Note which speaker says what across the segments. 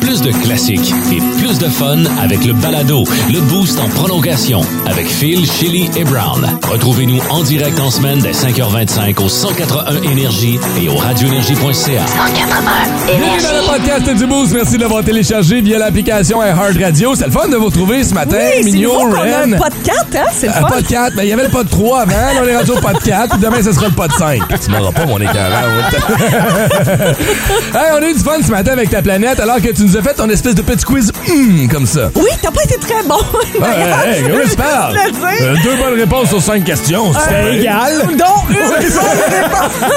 Speaker 1: Plus de classiques et plus de fun avec le balado, le boost en prolongation avec Phil, Chili et Brown. Retrouvez-nous en direct en semaine dès 5h25 au 181 Énergie et au radioénergie.ca.
Speaker 2: 181
Speaker 3: Bienvenue
Speaker 2: énergie.
Speaker 3: dans le podcast du Boost. Merci de l'avoir téléchargé via l'application iHeart Radio. C'est le fun de vous retrouver ce matin.
Speaker 4: Oui, c'est
Speaker 3: Mignot,
Speaker 4: nouveau qu'on a
Speaker 3: Ren.
Speaker 4: un pod 4, hein? C'est le
Speaker 3: Un
Speaker 4: fun.
Speaker 3: pod 4, mais il y avait le pod 3 avant, là on est rendu au pod 4, Ah, puis demain ce sera le pod 5. Tu m'auras pas mon écran. hey, on a eu du fun ce matin avec ta planète alors que tu nous as fait ton espèce de petit quiz hum, comme ça.
Speaker 4: Oui, t'as pas été très bon. d'ailleurs.
Speaker 3: hey, hey, comment tu parles?
Speaker 4: Je veux dire.
Speaker 3: Euh, deux bonnes réponses sur cinq questions, c'est égal.
Speaker 4: Dont une bonne réponse.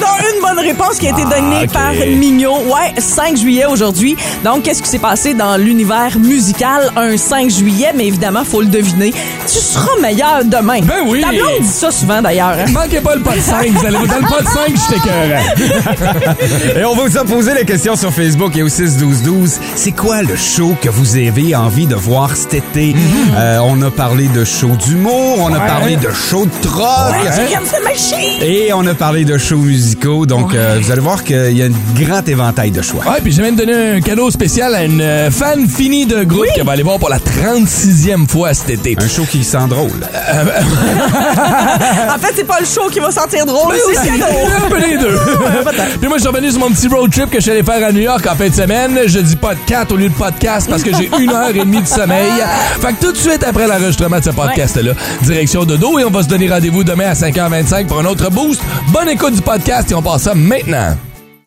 Speaker 4: Dont une bonne réponse qui a été donnée
Speaker 3: Ah, ok.
Speaker 4: par Mignot. Ouais, 5 juillet aujourd'hui. Donc, qu'est-ce qui s'est passé dans l'univers musical un 5 juillet? Mais évidemment, faut le deviner. Tu seras meilleur demain.
Speaker 3: Ben oui.
Speaker 4: Ta blonde dit ça souvent, d'ailleurs. hein.
Speaker 3: Manquez pas le pod 5, vous allez dans le pod 5, je t'écœurais.
Speaker 5: Et on va vous a posé la question sur Facebook et au 6-12-12. C'est quoi le show que vous avez envie de voir cet été? Euh, on a parlé de show d'humour, on a
Speaker 3: Ouais.
Speaker 5: parlé de show de troc.
Speaker 4: Ouais, tu regardes cette machine.
Speaker 5: Et on a parlé de shows musicaux, donc euh, vous allez voir qu'il y a un grand éventail de choix.
Speaker 3: Ouais, puis j'ai même donné un cadeau spécial à une euh, fan finie de groupe qui va aller voir pour la 36e fois cet été.
Speaker 5: Un show qui sent drôle.
Speaker 4: En fait, c'est pas le show qui va sentir drôle, c'est le cadeau.
Speaker 3: Ben, Un peu des deux. Puis moi, je suis revenu sur mon petit road trip que je suis allé faire à New York en fin de semaine. Je dis pas de 4 au lieu de podcast parce que j'ai une heure et demie de sommeil. Fait que tout de suite après l'enregistrement de ce podcast-là, direction de dos et on va se donner rendez-vous demain à 5h25 pour un autre boost. Bonne écoute du podcast et on passe ça maintenant.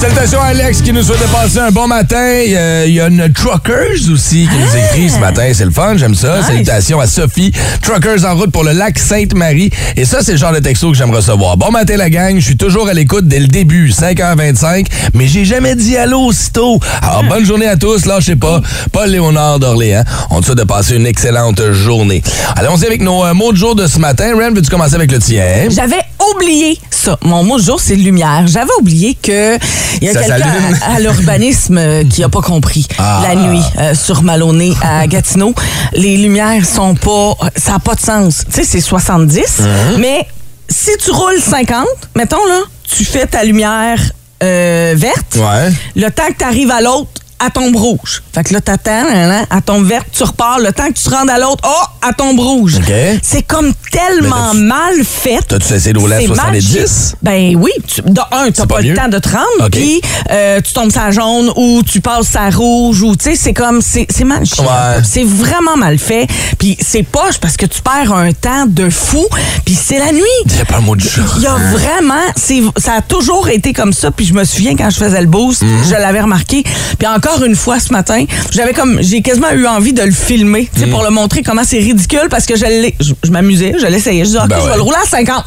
Speaker 3: Salutations à Alex qui nous souhaite de passer un bon matin. Euh, Il y a une Truckers aussi qui nous écrit ce matin. C'est le fun, j'aime ça. Salutations à Sophie. Truckers en route pour le lac Sainte-Marie. Et ça, c'est le genre de texto que j'aime recevoir. Bon matin la gang, je suis toujours à l'écoute dès le début, 5h25, mais j'ai jamais dit allô aussitôt.
Speaker 4: Hmm.
Speaker 3: Alors bonne journée à tous, lâchez pas. Paul Léonard d'Orléans. On te souhaite de passer une excellente journée. Allons-y avec nos euh, mots de jour de ce matin. Ren, veux-tu commencer avec le tien?
Speaker 4: J'avais oublié ça. Mon mot du jour, c'est lumière. J'avais oublié que il y a
Speaker 5: Ça
Speaker 4: quelqu'un
Speaker 5: s'allume.
Speaker 4: à, à l'urbanisme euh, qui a pas compris la nuit euh, sur Maloney à Gatineau. Les lumières sont pas, ça a pas de sens. Tu sais, c'est 70, mais si tu roules 50, mettons là, tu fais ta lumière euh, verte.
Speaker 3: Ouais.
Speaker 4: Le temps que tu arrives à l'autre, elle tombe rouge. Fait que là, t'attends, hein, hein, elle tombe verte, tu repars. Le temps que tu te rendes à l'autre, oh, elle tombe rouge.
Speaker 3: OK.
Speaker 4: C'est comme tellement
Speaker 3: Mais
Speaker 4: mal fait.
Speaker 3: T'as-tu laissé l'eau là à
Speaker 4: C'est mal
Speaker 3: 70?
Speaker 4: fait. Ben oui. Tu, de un, t'as
Speaker 3: C'est
Speaker 4: pas,
Speaker 3: pas mieux.
Speaker 4: le temps de te rendre,
Speaker 3: OK.
Speaker 4: puis euh, tu tombes sa jaune ou tu passes sa rouge ou, tu sais, c'est comme, c'est c'est mal chiant.
Speaker 3: Ouais.
Speaker 4: C'est vraiment mal fait. Puis c'est poche parce que tu perds un temps de fou, puis c'est la nuit.
Speaker 3: Il y a pas un mot de jour.
Speaker 4: Il y a vraiment, c'est, ça a toujours été comme ça. Puis je me souviens quand je faisais le boost,
Speaker 3: Mhm.
Speaker 4: je l'avais remarqué. Puis encore une fois ce matin, j'avais comme, j'ai quasiment eu envie de le filmer, tu sais,
Speaker 3: Mhm.
Speaker 4: pour le montrer comment c'est ridicule parce que je l'ai- je, je m'amusais, je l'essayais. Je disais, OK,
Speaker 3: Ben
Speaker 4: je
Speaker 3: ouais.
Speaker 4: vais le rouler à 50.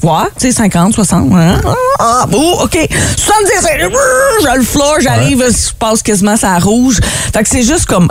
Speaker 4: Voir, tu sais, 50, 60, hein? ah, ah, oh, OK. 70, euh, je le floor, j'arrive, je passe quasiment ça rouge. Fait que c'est juste comme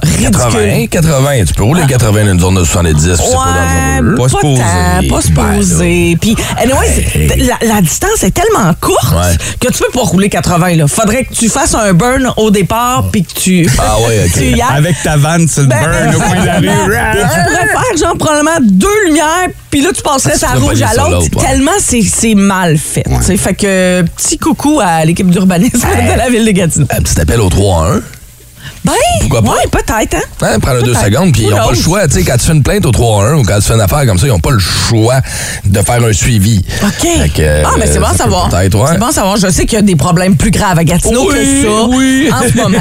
Speaker 3: 80,
Speaker 4: ridicule.
Speaker 3: 80. Tu peux rouler 80 dans une zone de 70, puis c'est pas dangereux.
Speaker 4: Ah. Ouais, pas,
Speaker 5: se poser.
Speaker 4: tant, pas se
Speaker 3: Ben, là.
Speaker 4: poser. Puis, anyway,
Speaker 3: Hey.
Speaker 4: c'est- la, la distance est tellement courte
Speaker 3: Ouais.
Speaker 4: que tu peux pas rouler 80. Là. Faudrait que tu fasses un burn au départ puis que tu,
Speaker 3: Ah ouais, ok.
Speaker 4: tu y ailles.
Speaker 5: Avec ta vanne sur le
Speaker 4: Ben,
Speaker 5: burn au coin de la
Speaker 4: exactement.
Speaker 5: rue.
Speaker 4: Puis tu pourrais faire genre probablement deux lumières, puis là tu passerais
Speaker 3: Ah, tu
Speaker 4: ta
Speaker 3: pourrais
Speaker 4: rouge à
Speaker 3: pogner sur
Speaker 4: l'autre.
Speaker 3: l'autre, ouais.
Speaker 4: Tellement c'est- c'est mal fait. tu sais. Fait que petit coucou à l'équipe d'urbanisme de la ville de Gatineau.
Speaker 3: Un petit appel au 3-1.
Speaker 4: Ben,
Speaker 3: Pourquoi pas?
Speaker 4: ouais, peut-être. Hein?
Speaker 3: Hein, prends le deux
Speaker 4: Peut-être.
Speaker 3: secondes, puis ils n'ont
Speaker 4: Who
Speaker 3: pas le
Speaker 4: knows?
Speaker 3: choix. Tu sais, quand tu fais une plainte au 3-1 ou quand tu fais une affaire comme ça, ils n'ont pas le choix de faire un suivi. Fait
Speaker 4: OK.
Speaker 3: que,
Speaker 4: ah, mais c'est
Speaker 3: euh,
Speaker 4: bon à
Speaker 3: ça peut
Speaker 4: savoir.
Speaker 3: Peut-être, ouais.
Speaker 4: C'est bon à savoir. Je sais qu'il y a des problèmes plus graves à Gatineau
Speaker 3: Oui,
Speaker 4: que ça
Speaker 3: oui.
Speaker 4: en ce moment.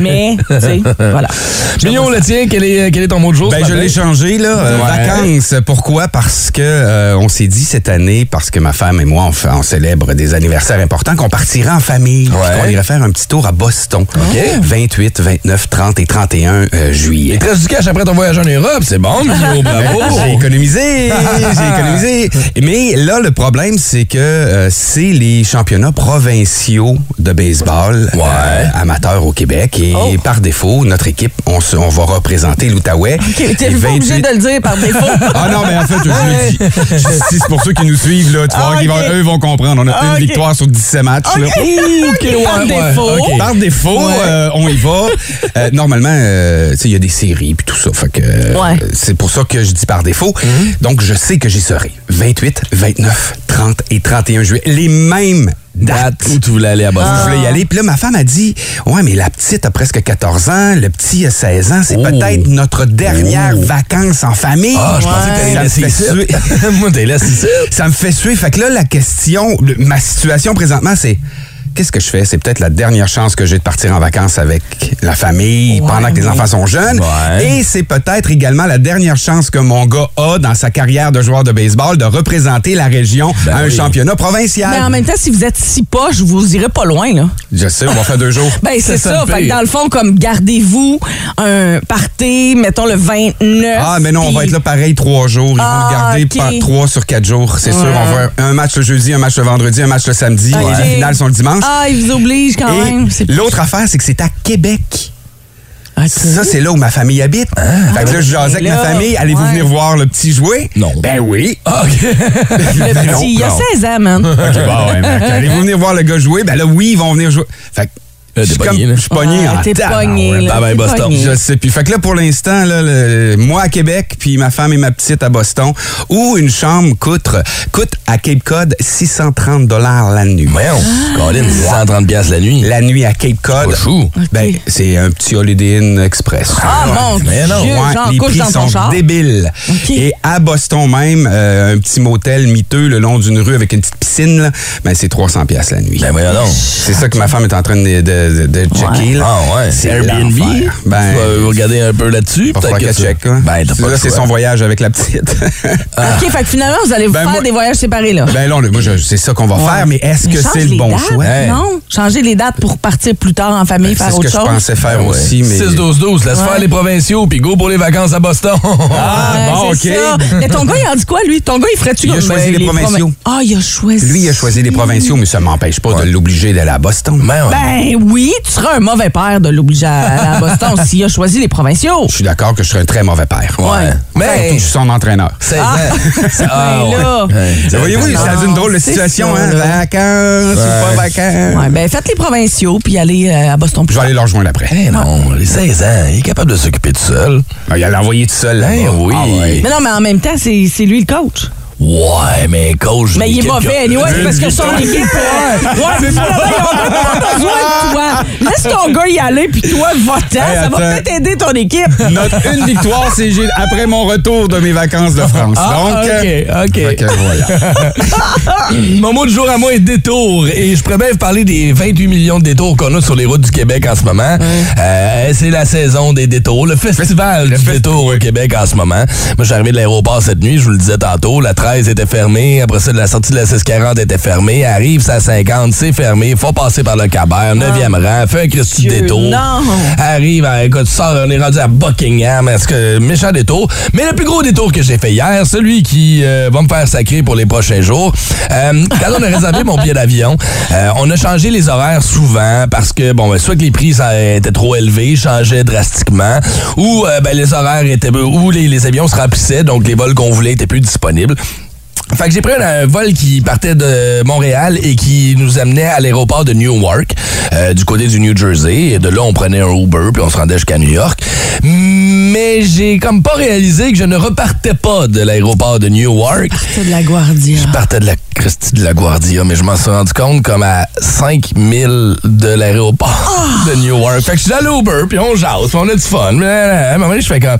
Speaker 4: Mais, tu sais, voilà.
Speaker 3: Mignon, le tien, quel est, euh, quel est ton mot de jour?
Speaker 5: Ben,
Speaker 3: ce
Speaker 5: je
Speaker 3: matin?
Speaker 5: l'ai changé, là. Euh,
Speaker 3: Ouais.
Speaker 5: Vacances. Pourquoi? Parce que euh, on s'est dit cette année, parce que ma femme et moi, on, fait- on célèbre des anniversaires importants, qu'on partira en famille. puis
Speaker 3: Ouais.
Speaker 5: qu'on irait faire un petit tour à Boston. 28, 29, 30 et 31 euh,
Speaker 3: Il
Speaker 5: juillet. Hein?
Speaker 3: te reste du cash après ton voyage en Europe. C'est bon, Mignon, bravo.
Speaker 5: J'ai économisé, j'ai économisé. Mais là, le problème, c'est que euh, c'est les championnats provinciaux de baseball euh,
Speaker 3: Ouais.
Speaker 5: amateurs au Québec. Et par défaut, notre équipe, on, se- on va représenter l'Outaouais.
Speaker 4: T'es
Speaker 5: Et
Speaker 4: pas obligé
Speaker 5: 28
Speaker 4: de le dire par défaut.
Speaker 5: Ah non, mais en fait, je le dis. Je- si c'est pour ceux qui nous suivent, là, tu
Speaker 4: Ah,
Speaker 5: vois, qu'ils
Speaker 4: ok.
Speaker 5: vont- eux vont comprendre. On a
Speaker 4: Ah,
Speaker 5: une
Speaker 4: ok.
Speaker 5: victoire sur 17 matchs. là.
Speaker 3: Ok, ouais,
Speaker 4: par
Speaker 3: ouais,
Speaker 4: défaut.
Speaker 3: ok.
Speaker 5: Par défaut, euh, on y va. Euh, normalement, euh, tu sais, il y a des séries puis tout ça. Fait que euh,
Speaker 4: Ouais.
Speaker 5: c'est pour ça que je dis par défaut.
Speaker 3: Mhm.
Speaker 5: Donc je sais que j'y serai. 28, 29, 30 et 31 juillet. Les mêmes date.
Speaker 3: Où tu voulais aller à Boston?
Speaker 5: Je voulais
Speaker 4: Ah.
Speaker 5: y aller. Puis là, ma femme a dit Ouais, mais la petite a presque 14 ans, le petit a 16 ans, c'est
Speaker 3: Oh.
Speaker 5: peut-être notre dernière
Speaker 3: Oh.
Speaker 5: vacances en famille.
Speaker 3: Ah, je pensais que t'allais
Speaker 5: Ça me
Speaker 3: laisser
Speaker 5: fait
Speaker 3: ici.
Speaker 5: suer.
Speaker 3: Moi, t'es laissé ici.
Speaker 5: Ça me fait suer. Fait que là, la question, le- ma situation présentement, c'est qu'est-ce que je fais? C'est peut-être la dernière chance que j'ai de partir en vacances avec la famille pendant que les enfants sont jeunes.
Speaker 3: Ouais.
Speaker 5: Et c'est peut-être également la dernière chance que mon gars a dans sa carrière de joueur de baseball de représenter la région
Speaker 3: Ben
Speaker 5: à un
Speaker 3: oui.
Speaker 5: championnat provincial.
Speaker 4: Mais Ben, en même temps, si vous êtes si poche, vous irez pas loin, là.
Speaker 5: Je sais, on va faire deux jours.
Speaker 4: Ben,
Speaker 3: C'est
Speaker 4: c'est
Speaker 3: ça,
Speaker 4: ça.
Speaker 3: le
Speaker 4: Fait que
Speaker 3: pire.
Speaker 4: dans le fond, comme gardez-vous un party, mettons le 29.
Speaker 5: Ah, mais non, on va
Speaker 4: puis-
Speaker 5: être là pareil trois jours. Ils vont
Speaker 4: Ah,
Speaker 5: le garder
Speaker 4: ok.
Speaker 5: par trois sur quatre jours, c'est sûr.
Speaker 4: Ouais.
Speaker 5: On va un match le jeudi, un match le vendredi, un match le samedi.
Speaker 4: Ok.
Speaker 5: Et les finales sont le dimanche.
Speaker 4: Ah, ils vous obligent quand même.
Speaker 5: Et
Speaker 4: C'est- Ah,
Speaker 5: l'autre affaire, c'est que c'est à Québec.
Speaker 4: Ok.
Speaker 5: Ça, c'est là où ma famille habite. fait que là, je jasais avec ma
Speaker 4: Ah, ben, là,
Speaker 5: famille. Allez-vous
Speaker 4: ouais.
Speaker 5: venir voir le petit jouer?
Speaker 3: Non.
Speaker 5: Ben oui.
Speaker 3: Ah, OK.
Speaker 4: Le
Speaker 5: Ben non,
Speaker 4: petit, il a
Speaker 5: non.
Speaker 4: 16 ans, man.
Speaker 5: OK, bon, ouais, mec. Allez-vous venir voir le gars jouer? Ben là, oui, ils vont venir jouer. Fait que
Speaker 3: Là,
Speaker 4: Euh,
Speaker 5: je suis
Speaker 3: t'es
Speaker 5: comme-
Speaker 3: pogné, là.
Speaker 5: je suis pogné
Speaker 4: Ouais,
Speaker 5: en
Speaker 4: Ah, t'es
Speaker 5: tabarouette. Bah,
Speaker 4: pogné, là.
Speaker 3: Bye bye,
Speaker 4: T'es
Speaker 3: Boston.
Speaker 4: pogné.
Speaker 5: Je sais. Puis, fait que là, pour l'instant, là, le- moi à Québec, puis ma femme et ma petite à Boston, où une chambre coûte, coûte à Cape Cod 630 la nuit.
Speaker 3: Voyons.
Speaker 5: Ah.
Speaker 3: Colin, 130 piastres la nuit.
Speaker 5: La nuit à Cape Cod.
Speaker 3: Pas chou.
Speaker 5: Ben, c'est un petit Holiday Inn Express.
Speaker 4: Ah, mon
Speaker 3: Mais non.
Speaker 4: Dieu,
Speaker 5: Ouais,
Speaker 4: genre,
Speaker 5: les
Speaker 4: couche
Speaker 5: prix
Speaker 4: dans ton
Speaker 5: sont
Speaker 4: char.
Speaker 5: débiles.
Speaker 4: OK.
Speaker 5: Et à Boston même, euh, un petit motel miteux le long d'une rue avec une petite piscine, là, ben, c'est 300 pièces la nuit.
Speaker 3: Ben voyons donc.
Speaker 5: c'est ça que ma femme est en train de, de- de- de checker. là.
Speaker 3: Ah ouais.
Speaker 5: C'est
Speaker 3: Airbnb.
Speaker 5: l'enfer.
Speaker 3: Ben,
Speaker 5: Ben,
Speaker 3: tu vas regarder un peu là-dessus.
Speaker 5: va
Speaker 3: peut-être
Speaker 5: falloir
Speaker 3: que
Speaker 5: qu'elle
Speaker 3: tu-
Speaker 5: check. hein.
Speaker 3: Ben, t'as pas
Speaker 5: là,
Speaker 3: le
Speaker 5: c'est
Speaker 3: choix.
Speaker 5: son voyage avec la petite.
Speaker 4: Ah. OK, fait que finalement, vous allez vous
Speaker 5: Ben,
Speaker 4: faire
Speaker 5: moi-
Speaker 4: des voyages séparés, là.
Speaker 5: ben là, on- moi, je- c'est ça qu'on va faire, mais est-ce
Speaker 4: Mais
Speaker 5: que
Speaker 4: change
Speaker 5: c'est le
Speaker 4: les
Speaker 5: bon
Speaker 4: dates,
Speaker 5: choix? Ben,
Speaker 3: Hey.
Speaker 4: Non, changer les dates pour partir plus tard en famille,
Speaker 5: C'est
Speaker 4: faire
Speaker 5: ce que
Speaker 4: autre
Speaker 5: je
Speaker 4: chose.
Speaker 5: pensais faire aussi, mais...
Speaker 3: 6-12-12, laisse faire
Speaker 4: Ouais.
Speaker 3: les provinciaux, puis go pour les vacances à Boston.
Speaker 4: Ouais,
Speaker 5: Ah, bon,
Speaker 4: c'est
Speaker 5: OK.
Speaker 4: ça. Mais ton gars, il en dit quoi, lui? Ton gars, il ferait-tu
Speaker 5: Il a
Speaker 4: comme,
Speaker 5: choisi les
Speaker 4: provi-
Speaker 5: provinciaux.
Speaker 4: Ah, il a choisi.
Speaker 5: Lui, il a choisi les provinciaux, mais ça m'empêche pas de l'obliger d'aller à Boston.
Speaker 3: Ben, ouais.
Speaker 4: Ben oui, tu seras un mauvais père de l'obliger à aller à Boston s'il a choisi les provinciaux.
Speaker 5: Je suis d'accord que je serais un très mauvais père.
Speaker 3: Ouais. Ben,
Speaker 5: Mais...
Speaker 3: Mais-
Speaker 5: Surtout que je suis son entraîneur.
Speaker 3: 16 ans. Ah,
Speaker 4: Ben là.
Speaker 5: Ça, Voyez-vous,
Speaker 4: Non,
Speaker 5: ça a une drôle de
Speaker 4: c'est
Speaker 5: situation,
Speaker 4: ça,
Speaker 5: hein?
Speaker 4: là.
Speaker 5: Vacances ou pas vacances?
Speaker 4: Ouais, ben faites les provinciaux puis allez euh, à Boston
Speaker 5: Je
Speaker 4: plus
Speaker 5: vais aller
Speaker 4: tard.
Speaker 5: le rejoindre après.
Speaker 3: Eh non, les 16 ans, il est capable de s'occuper tout seul.
Speaker 5: Ah, Il a l'envoyé tout seul. là-bas.
Speaker 3: Ben oui.
Speaker 5: Ah ouais.
Speaker 4: Mais non, mais en même temps, c'est c'est lui le coach.
Speaker 3: Ouais, mais coach.
Speaker 4: Mais il est
Speaker 3: quelqu'un-
Speaker 4: mauvais, anyway, c'est parce que son équipe. euh, Ouais, ouais mais finalement, ils ont pas besoin de toi. Laisse ton gars y aller, puis toi, votant,
Speaker 5: Hey,
Speaker 4: ça va
Speaker 5: attends.
Speaker 4: peut-être aider ton équipe.
Speaker 5: Notre une victoire, c'est j'ai- après mon retour de mes vacances de France.
Speaker 3: Ah,
Speaker 5: Donc,
Speaker 3: ok,
Speaker 5: euh,
Speaker 3: ok.
Speaker 5: fait que voilà.
Speaker 3: Mon mot du jour à moi est détour. Et je pourrais bien vous parler des 28 millions de détours qu'on a sur les routes du Québec en ce moment. Euh, c'est la saison des détours, le festival du détour au Québec en ce moment. Moi, je suis arrivé de l'aéroport cette nuit, je vous le disais tantôt. La 13 était fermée. Après ça, la sortie de la 640 était fermée. Arrive, sa 50, c'est fermé. Faut passer par le Cabert, 9e rang. Fait un Christy
Speaker 4: Ah. Dieu,
Speaker 3: détour.
Speaker 4: non.
Speaker 3: Arrive, euh, écoute, sort, on est rendu à Buckingham. Est-ce que méchant détour? Mais le plus gros détour que j'ai fait hier, celui qui euh, va me faire sacrer pour les prochains jours. euh, quand on a réservé mon billet d'avion, euh, on a changé les horaires souvent parce que bon, ben, soit que les prix ça, étaient trop élevés, changeaient drastiquement, ou euh, ben, les horaires étaient ou les, les avions se remplissaient, donc les vols qu'on voulait étaient plus disponibles. Fait que j'ai pris un, un vol qui partait de Montréal et qui nous amenait à l'aéroport de Newark, euh, du côté du New Jersey. Et de là, on prenait un Uber puis on se rendait jusqu'à New York. Mais j'ai comme pas réalisé que je ne repartais pas de l'aéroport de Newark.
Speaker 4: C'est de la Guardia.
Speaker 3: Je partais de la Christie de la Guardia, mais je m'en suis rendu compte comme à 5000 de l'aéroport de Newark. Fait que je suis allé au Uber, puis on jase, puis on a du fun. Mais à un moment donné, je fais comme...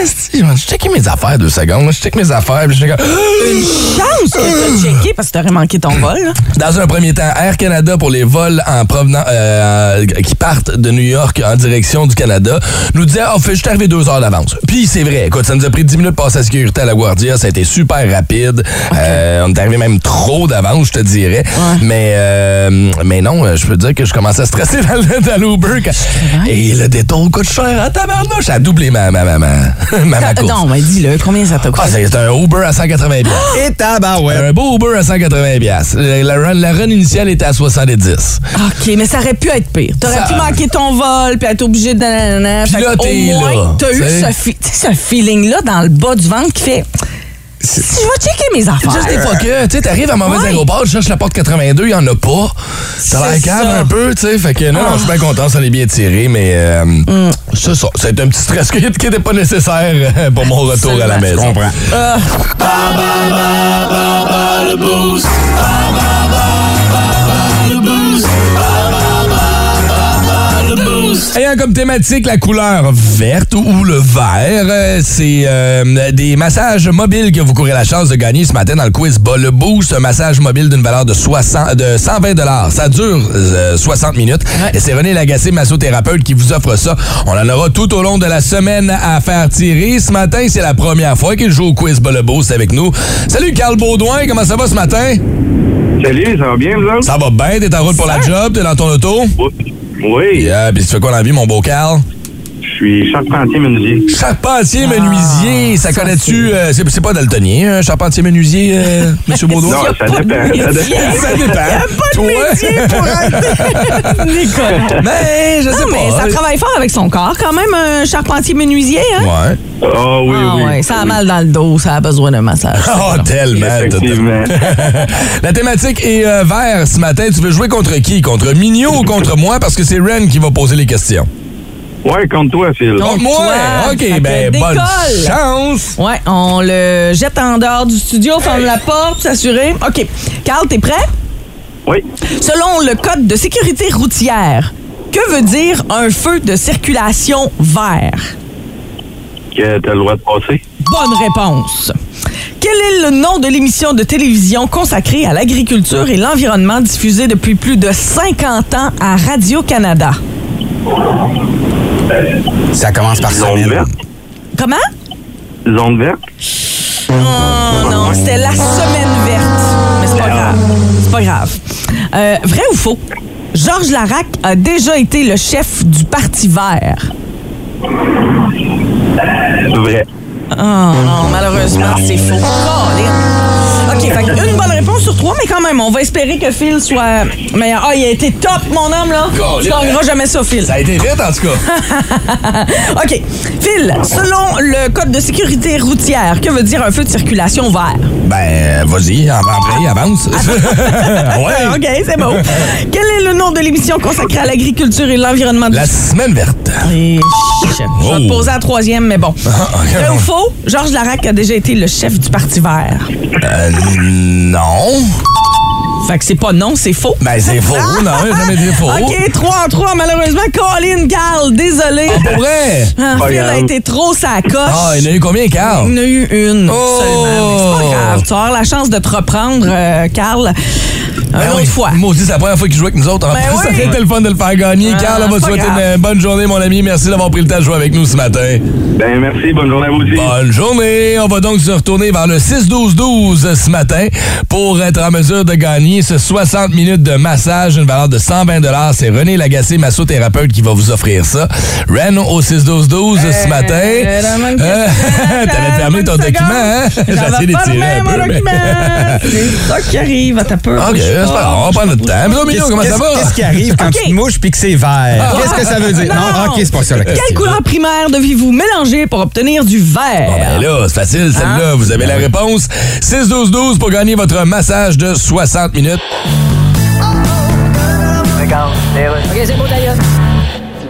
Speaker 3: Esti, Je checkais mes affaires deux secondes. Je check mes affaires, puis je fais comme...
Speaker 4: Chance que t'as checké parce que t'aurais manqué ton vol. hein. là.
Speaker 3: Dans un premier temps, Air Canada pour les vols en provenant euh, qui partent de New York en direction du Canada nous disait oh, fait, je suis arrivé deux heures d'avance. Puis c'est vrai, écoute, ça nous a pris dix minutes de passer à la sécurité à la Guardia, ça a été super rapide. Euh, on est arrivé même trop d'avance, je te dirais. Mais euh, mais non, euh, je peux te dire que je commençais à stresser dans, le- dans l'Uber. quand- Et le détour coûte cher à tabarnouche, à doublé ma ma ma ma, ma, ma course.
Speaker 4: non, mais dis-le, combien ça t'a
Speaker 3: Ah,
Speaker 4: coûté?
Speaker 3: c'est un Uber à 180 piastres.
Speaker 5: Et tabarouette.
Speaker 3: Un beau Uber à 180 piastres. La, la run, la run initiale était à 70.
Speaker 4: Ah, OK, mais ça aurait pu être pire. T'aurais
Speaker 3: Ça-
Speaker 4: pu manquer ton vol, puis être obligé de...
Speaker 3: Puis
Speaker 4: Fait
Speaker 3: là,
Speaker 4: qu'au
Speaker 3: t'es
Speaker 4: moins,
Speaker 3: là,
Speaker 4: T'as eu
Speaker 3: tu sais.
Speaker 4: ce, fi- tu sais, ce feeling-là dans le bas du ventre qui fait... Si je vais checker mes affaires.
Speaker 3: Juste des fois que, tu sais, t'arrives à mauvais
Speaker 4: Ouais.
Speaker 3: aéroport, tu cherches la porte 82, il y en a pas. Ça l'air
Speaker 4: C'est
Speaker 3: calme
Speaker 4: ça.
Speaker 3: un peu, tu sais. Fait que non, non, je suis bien content, ça l'est bien tiré, mais euh,
Speaker 4: Mm.
Speaker 3: c'est ça. C'est un petit stress qui n'était pas nécessaire euh, pour mon retour à la
Speaker 5: Je
Speaker 3: maison.
Speaker 5: comprends.
Speaker 1: boost.
Speaker 3: Ayant hein, comme thématique la couleur verte ou le vert, euh, c'est euh, des massages mobiles que vous courez la chance de gagner ce matin dans le quiz Bas le Boost, un massage mobile d'une valeur de, 60, de 120 dollars. Ça dure euh, 60 minutes et c'est René Lagacé, massothérapeute, qui vous offre ça. On en aura tout au long de la semaine à faire tirer. Ce matin, c'est la première fois qu'il joue au quiz Bas le Boost avec nous. Salut Carl Baudouin, comment ça va ce matin?
Speaker 2: Salut, ça va bien, vous autres?
Speaker 3: Ça va bien, t'es en route pour la job, t'es dans ton auto?
Speaker 2: Oui,
Speaker 3: Yeah, puis euh, ben, tu fais quoi dans la vie, mon beau Carl?
Speaker 2: je suis charpentier menuisier.
Speaker 3: Charpentier
Speaker 4: Ah,
Speaker 3: menuisier, ça connais-tu? euh, c'est c'est pas daltonien, hein, charpentier menuisier, euh, Monsieur Baudouin?
Speaker 2: Non, ça dépend. Ça dépend.
Speaker 3: ça dépend. Toi,
Speaker 4: Métier pour être Nicolas.
Speaker 3: mais Ben, je sais
Speaker 4: Non, mais
Speaker 3: pas.
Speaker 4: ça travaille fort avec son corps quand même, un charpentier menuisier. Hein?
Speaker 3: Ouais.
Speaker 2: Ah oui,
Speaker 4: Ah
Speaker 2: oui.
Speaker 4: ouais, ça a mal dans le dos, ça a besoin d'un massage.
Speaker 3: Oh, tellement.
Speaker 2: Effectivement.
Speaker 3: La thématique est euh, vert ce matin. Tu veux jouer contre qui? Contre Mignot ou contre moi? Parce que c'est Ren qui va poser les questions.
Speaker 2: Ouais, contre toi, Phil.
Speaker 3: Contre moi?
Speaker 4: toi. Fait
Speaker 3: OK,
Speaker 4: que
Speaker 3: ben, bonne
Speaker 4: décolle.
Speaker 3: chance.
Speaker 4: Ouais, on le jette en dehors du studio, ferme la porte, s'assurer. OK. Carl, t'es prêt?
Speaker 2: Oui.
Speaker 4: Selon le Code de sécurité routière, que veut dire un feu de circulation vert?
Speaker 2: Que t'as le droit de passer.
Speaker 4: Bonne réponse. Quel est le nom de l'émission de télévision consacrée à l'agriculture et l'environnement diffusée depuis plus de 50 ans à Radio-Canada?
Speaker 5: Ça commence par
Speaker 2: Zone
Speaker 5: semaine.
Speaker 2: verte.
Speaker 4: Comment?
Speaker 2: Zone verte.
Speaker 4: Oh non, c'était la semaine verte. Mais c'est pas grave. C'est pas grave. Euh, vrai ou faux? Georges Larac a déjà été le chef du Parti vert.
Speaker 2: Vrai.
Speaker 4: Oh non, malheureusement, c'est faux. Colin. OK, fait que une bonne réponse sur trois, mais quand même, on va espérer que Phil soit meilleur. Ah, il a été top, mon homme, là.
Speaker 3: Colin.
Speaker 4: Tu gagneras jamais ça, Phil.
Speaker 3: Ça a été vite, en tout cas.
Speaker 4: OK. Phil, selon le Code de sécurité routière, que veut dire un feu de circulation vert?
Speaker 3: Ben, vas-y, en- après, avance. ouais.
Speaker 4: Euh, OK, c'est beau. Quel est le nom de l'émission consacrée à l'agriculture et l'environnement du
Speaker 3: La semaine verte.
Speaker 4: Et shit. Je vais
Speaker 3: Oh.
Speaker 4: te poser la troisième, mais bon.
Speaker 3: Ah, ok.
Speaker 4: Vrai ou faux, Georges Larac a déjà été le chef du Parti vert.
Speaker 3: Euh, non.
Speaker 4: Fait que c'est pas non, c'est faux.
Speaker 3: Ben, c'est faux, non, jamais dit faux.
Speaker 4: Ah! OK, 3 en 3, malheureusement. Colin, Carl, désolé.
Speaker 3: Pour vrai?
Speaker 4: Ah,
Speaker 2: Pas
Speaker 4: Phil a
Speaker 2: grave.
Speaker 4: été trop sa coche.
Speaker 3: Ah, il y en a eu combien, Carl?
Speaker 4: Il y en a eu une
Speaker 3: Oh.
Speaker 4: seulement, mais c'est pas grave. Tu vas avoir la chance de te reprendre, euh, Carl, une
Speaker 3: Ben
Speaker 4: autre
Speaker 3: oui.
Speaker 4: fois.
Speaker 3: Maudit, c'est la première fois qu'il joue avec nous autres. En
Speaker 4: Ben
Speaker 3: plus,
Speaker 4: oui.
Speaker 3: ça fait le fun de le faire gagner.
Speaker 4: Ah,
Speaker 3: Carl, on va
Speaker 4: c'est
Speaker 3: te
Speaker 4: pas
Speaker 3: souhaiter
Speaker 4: grave.
Speaker 3: une bonne journée, mon ami. Merci d'avoir pris le temps de jouer avec nous ce matin.
Speaker 2: Ben, merci. Bonne journée à vous aussi.
Speaker 3: Bonne journée. On va donc se retourner vers le 6-12-12 ce matin pour être en mesure de gagner ce 60 minutes de massage, une valeur de 120 C'est René Lagacé, massothérapeute, qui va vous offrir ça. Ren au 6-12-12 ce matin.
Speaker 4: Euh, la même question.
Speaker 3: Euh, T'avais fermé ton
Speaker 4: Une seconde.
Speaker 3: document, hein?
Speaker 4: J'avais
Speaker 3: d'étirer
Speaker 4: fermé
Speaker 3: un
Speaker 4: mon
Speaker 3: peu, mais-
Speaker 4: document. C'est ça qui arrive. Attends un peu.
Speaker 3: OK,
Speaker 4: Je
Speaker 3: c'est pas grave, on va prendre notre temps. Bruno Mignon, comment ça va? Ah.
Speaker 5: Qu'est-ce qui arrive quand
Speaker 4: Ok.
Speaker 5: tu te mouches puis que c'est vert? Qu'est-ce que ça veut dire? Non,
Speaker 4: Ah! Non.
Speaker 5: ok, c'est pas ça la question.
Speaker 4: Quelle couleur primaire deviez-vous mélanger pour obtenir du vert?
Speaker 3: Bon, ben là, c'est facile,
Speaker 5: Ah.
Speaker 3: celle-là. Vous
Speaker 5: Ben
Speaker 3: avez la réponse. 6-12-12 pour gagner votre massage de 60 minutes.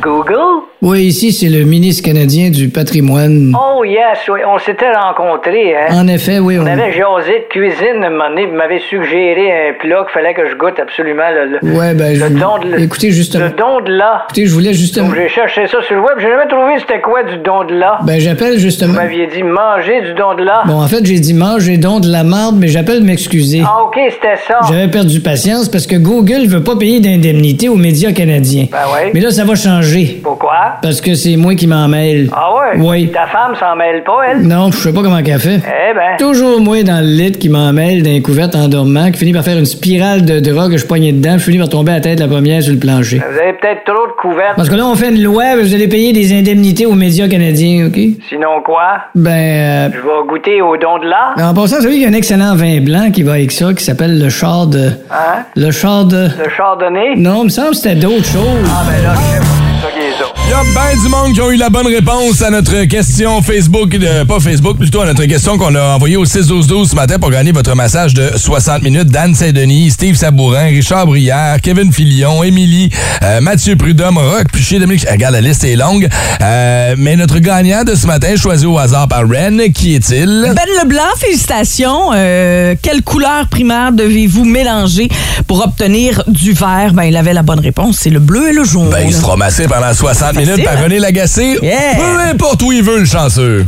Speaker 6: Google?
Speaker 7: Oui, ici, c'est le ministre canadien du patrimoine.
Speaker 6: Oh yes, oui, on s'était rencontrés, hein?
Speaker 7: En effet, Eh oui, on...
Speaker 6: On avait jasé de cuisine un moment donné, vous m'avez suggéré un plat qu'il fallait que je goûte absolument le, le,
Speaker 7: Ouais, ben,
Speaker 6: le
Speaker 7: je-
Speaker 6: don de
Speaker 7: écoutez, justement,
Speaker 6: Le don de là.
Speaker 7: écoutez, je voulais justement...
Speaker 6: Donc, J'ai cherché ça sur le web, j'ai jamais trouvé c'était quoi du don de là.
Speaker 7: Ben, j'appelle justement...
Speaker 6: Vous m'aviez dit manger du don de là.
Speaker 7: Bon, en fait, j'ai dit mange j'ai don de la marde, mais j'appelle m'excuser.
Speaker 6: Ah ok, c'était ça.
Speaker 7: J'avais perdu patience parce que Google veut pas payer d'indemnité aux médias canadiens.
Speaker 6: Ben ouais.
Speaker 7: Mais là, ça va changer.
Speaker 6: Pourquoi?
Speaker 7: Parce que c'est moi qui m'en mêle.
Speaker 6: Ah ouais?
Speaker 7: Oui.
Speaker 6: Ta femme s'en mêle pas, elle?
Speaker 7: Non, je sais pas comment qu'elle fait.
Speaker 6: Eh ben.
Speaker 7: Toujours moi dans le lit qui m'en mêle d'un couvert en dormant, qui finit par faire une spirale de drogue que je poignais dedans, je finis par tomber à la tête la première sur le plancher.
Speaker 6: Vous avez peut-être trop de couvertes.
Speaker 7: Parce que là, on fait une loi, vous allez payer des indemnités aux médias canadiens, OK?
Speaker 6: Sinon quoi?
Speaker 7: Ben, euh,
Speaker 6: Je vais goûter au don de là.
Speaker 7: en passant, vous savez qu'il y a un excellent vin blanc qui va avec ça, qui s'appelle le char de...
Speaker 6: Hein?
Speaker 7: Le char de...
Speaker 6: Le chardonnay?
Speaker 7: Non, il me semble que c'était d'autres choses.
Speaker 6: Ah ben là, je sais pas. C'est ça qui est ça.
Speaker 3: Il y a bien bien du monde qui ont eu la bonne réponse à notre question Facebook, de- pas Facebook, plutôt à notre question qu'on a envoyée au 6-12-12 ce matin pour gagner votre massage de 60 minutes. Dan Saint-Denis, Steve Sabourin, Richard Brière, Kevin Filion, Émilie, euh, Mathieu Prudhomme, Rock Piché, Dominique. Regarde, la liste est longue. Euh, mais notre gagnant de ce matin, choisi au hasard par Ren, qui est-il?
Speaker 4: Ben Leblanc, félicitations. Euh, quelle couleur primaire devez-vous mélanger pour obtenir du vert? Ben, il avait la bonne réponse. C'est le bleu et le jaune.
Speaker 3: Ben, il se fera masser pendant 60 minutes
Speaker 4: Facile,
Speaker 3: par
Speaker 4: hein?
Speaker 3: René Lagacé.
Speaker 4: Yeah.
Speaker 3: Peu importe où il veut, le chanceux.